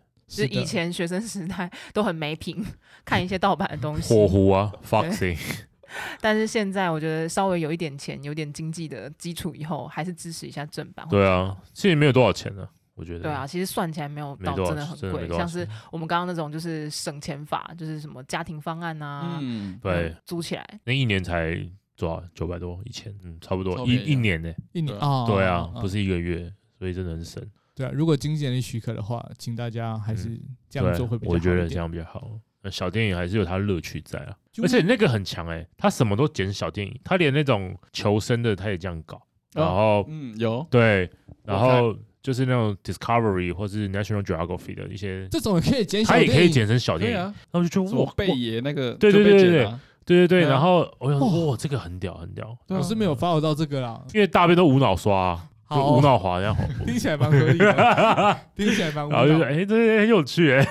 S1: 是的
S2: 以前学生时代 都很没品，看一些盗版的东西。
S4: 火狐啊，Foxy，
S2: 但是现在我觉得稍微有一点钱、有点经济的基础以后，还是支持一下正版。
S4: 对啊，其实没有多少钱呢、我觉得。
S2: 对啊，，其实算起来没有
S4: 没
S2: 到
S4: 多少
S2: 真的很
S4: 真的
S2: 贵，
S4: 没多少
S2: 像是
S4: 钱
S2: 我们刚刚那种就是省钱法，就是什么家庭方案啊，
S3: 嗯，
S4: 对，，
S2: 租起来。
S4: 那一年才多少？九百多，一千，嗯，差不
S3: 超
S4: 多一
S3: 便宜啊
S4: 一年呢、
S1: 一年
S3: 对啊
S1: 啊，
S4: 对啊，不
S1: 是
S4: 是一个月，所以真的很省。
S1: 对啊。如果经纪人许可的话，请大家还是这样
S4: 嗯对啊
S1: 做会比较好
S4: 我
S1: 一
S4: 觉
S1: 点。
S4: 得这样比较好。那小电影还是有它的乐趣在啊，
S1: 就
S4: 而且那个很强哎、他什么都剪小电影，他连那种求生的他也这样搞，
S1: 哦
S4: 然后、
S3: 嗯，有
S4: 对，
S3: 我
S4: 然
S3: 看
S4: 后就是那种 Discovery 或是 National Geography 的一些，
S1: 这种也可以减小
S4: 他
S1: 电
S4: 也
S1: 影，
S4: 可以剪成小电
S3: 对
S4: 影，
S3: 啊，
S4: 然后就觉
S3: 什
S4: 得
S3: 么
S4: 哇，
S3: 贝
S4: 哇
S3: 爷那个
S4: 对
S3: 就
S4: 对
S3: 被
S4: 对
S3: 剪
S4: 对
S3: 了啊，
S4: 对对对，
S3: 对啊
S4: 然后我想
S1: 哇
S4: 说，哇，这个很屌，很屌，
S3: 对啊
S1: 我是没有 follow 到这个啦，
S4: 因为大便都无脑刷、啊，就
S1: 好
S4: 无脑 滑这样，
S1: 听起来蛮合理的，听起来蛮无
S4: 然后就说，
S1: 脑，
S4: 哎、这个很有趣、哎，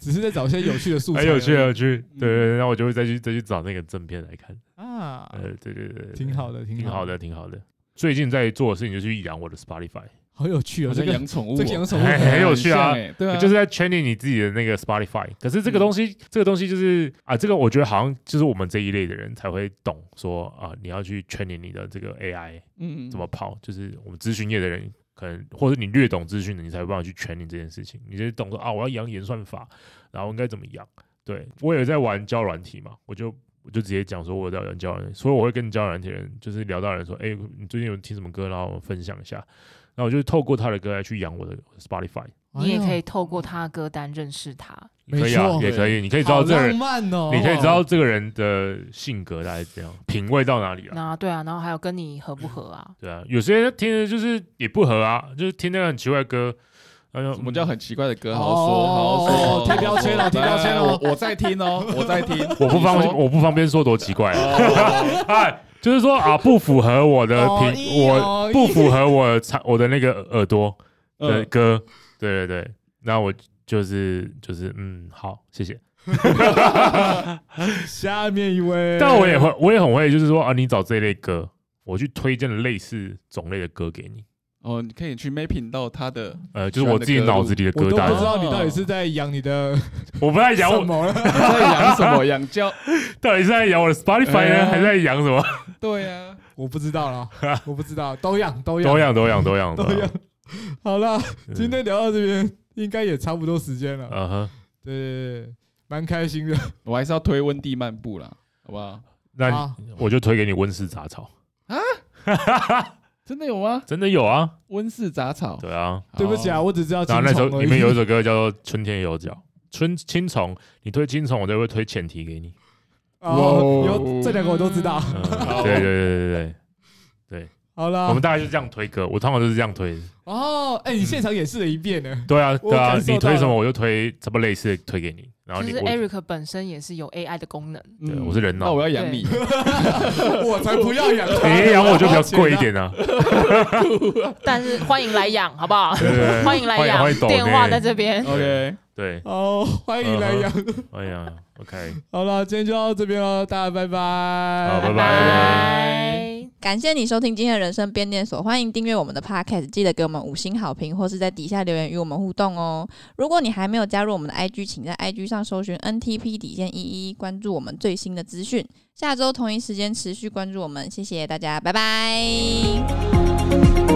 S1: 只是在找一些有趣的素材而
S4: 很
S1: 已，
S4: 有趣，很有趣，
S3: 嗯
S4: 对对对，然后我就会再去再去找那个正片来看，
S1: 啊，
S4: 呃，对对对，对
S1: 挺好，的，
S4: 挺好
S1: 的。
S4: 的，挺好的。最近在做的事情就是去养我的 Spotify，
S1: 好有趣哦，
S3: 好
S1: 这
S3: 像
S1: 个
S3: 养宠物哦，
S1: 这个养宠物
S4: 哎很有趣啊
S3: 很像哎，对啊，
S4: 就是在 training 你自己的那个 Spotify。可是这
S1: 嗯
S4: 个东西，这个东西就是啊，这个我觉得好像就是我们这一类的人才会懂说啊，你要去 training 你的这个 AI
S3: 嗯，
S4: 怎么跑，就是我们咨询业的人。可能，或者你略懂资讯的，你才有办法去全你这件事情。你就懂说啊，我要养演算法，然后应该怎么养。对我也在玩教软体嘛，我就我就直接讲说我在玩教软体，所以我会跟教软体的人就是聊到人说，哎、你最近有听什么歌，然后分享一下。然后我就透过他的歌来去养我的 Spotify。
S2: 你也可以
S1: 哎
S2: 透过他的歌单认识他。
S1: 没
S4: 可以啊，
S1: 错
S4: 也可以，你可以
S1: 呦
S4: 知道
S1: 好
S4: 这个
S1: 浪
S4: 人，
S1: 漫哦，
S4: 你可以知道这个人的性格大概怎样，品味到哪里了。
S2: 那对啊，然后还有跟你合不合啊？
S4: 对啊，有些人听的就是也不合啊，就是听那个很奇怪的歌，哎嗯然后就
S3: 什么叫很奇怪的歌？
S1: 哦
S3: 好好说，好好
S1: 哦
S3: 说。
S1: 贴标签了贴标签了
S3: 来我我在听哦，我在听。
S4: 我不方
S3: 你说
S4: 便，我不方便说多奇怪啊
S3: 哦
S4: 哎，就是说啊，不符合我的
S1: 哦
S4: 品，
S1: 咦
S4: 我
S1: 哦
S4: 不
S1: 咦
S4: 符合我唱我的那个耳朵的
S3: 嗯
S4: 歌，对对对，那我就是就是嗯，好，谢谢。
S1: 下面一位，
S4: 但我也会，我也很会，就是说啊，你找这类歌，我去推荐类似种类的歌给你，
S3: 哦，你可以去 mapping 到他的，
S4: 呃，就是我自己脑子里的
S1: 我
S4: 歌
S1: 都
S4: 单
S1: 不知。道你到底是在养你的
S4: 我不在养
S1: 什
S4: 我，
S1: 么了，
S3: 在养什么养 教？
S4: 到底是在养我的 Spotify
S3: 哎
S4: 呢，
S3: 呀
S4: 还是在养什么？
S3: 对啊，
S1: 我不知道了，我不知道，都养都养
S4: 都养，都养，都养，
S1: 都养。好了，
S4: 嗯
S1: 今天聊到这边，应该也差不多时间了。
S4: 嗯哼，
S1: 对对对对，蛮开心的。
S3: 我还是要推温蒂漫步啦，好不好？
S4: 那
S1: 好
S4: 你我就推给你温室杂草，
S3: 真的有吗？
S4: 真的有啊，
S3: 温室杂草？
S4: 对啊。
S1: 对不起啊，
S3: 好，
S1: 我只知道
S4: 然后那
S1: 青
S4: 首
S1: 虫而
S4: 里
S1: 已
S4: 面有一首歌叫做《春天有脚》，春青虫，你推青虫，我就会推前提给你。
S1: 哦，
S3: 哇
S1: 有这两个我都知道。
S4: 嗯，
S3: 好
S4: 对对对对对，
S1: 好
S4: 我
S1: 啦
S4: 们，大概就这样推歌，我通常就是这样推的。
S1: 哦，哎，你现场也试了一遍 呢。
S4: 对啊，
S1: 我
S4: 对啊
S1: 感，受
S4: 你推
S1: 到
S4: 什么
S1: 了
S4: 我就推差不多类似的推给你，然后
S2: 就
S4: 你
S2: 是
S4: 我
S2: Eric 本身也是有 AI 的功能，
S3: 嗯
S4: 对我是人脑
S3: 那我要养你，
S1: 我才不要养
S4: 你
S1: 它，
S4: 也哎养我就比较贵一点啊。
S2: 但是欢迎来养，好不好？
S4: 对对对
S2: 欢迎来
S4: 欢
S2: 养
S4: 迎抖，内
S2: 电话在这边。
S3: OK，
S4: 对，
S1: 哦，欢迎来养。
S4: 哎呀，OK，
S1: 好了，今天就到这边了，大家拜拜。
S4: 好拜拜
S2: 拜。
S5: 感谢你收听今天的人生变电所，欢迎订阅我们的 Podcast，记得给我们五星好评，或是在底下留言与我们互动哦。如果你还没有加入我们的 IG，请在 IG 上搜寻 NTP 底线一一，关注我们最新的资讯。下周同一时间持续关注我们，谢谢大家，拜拜。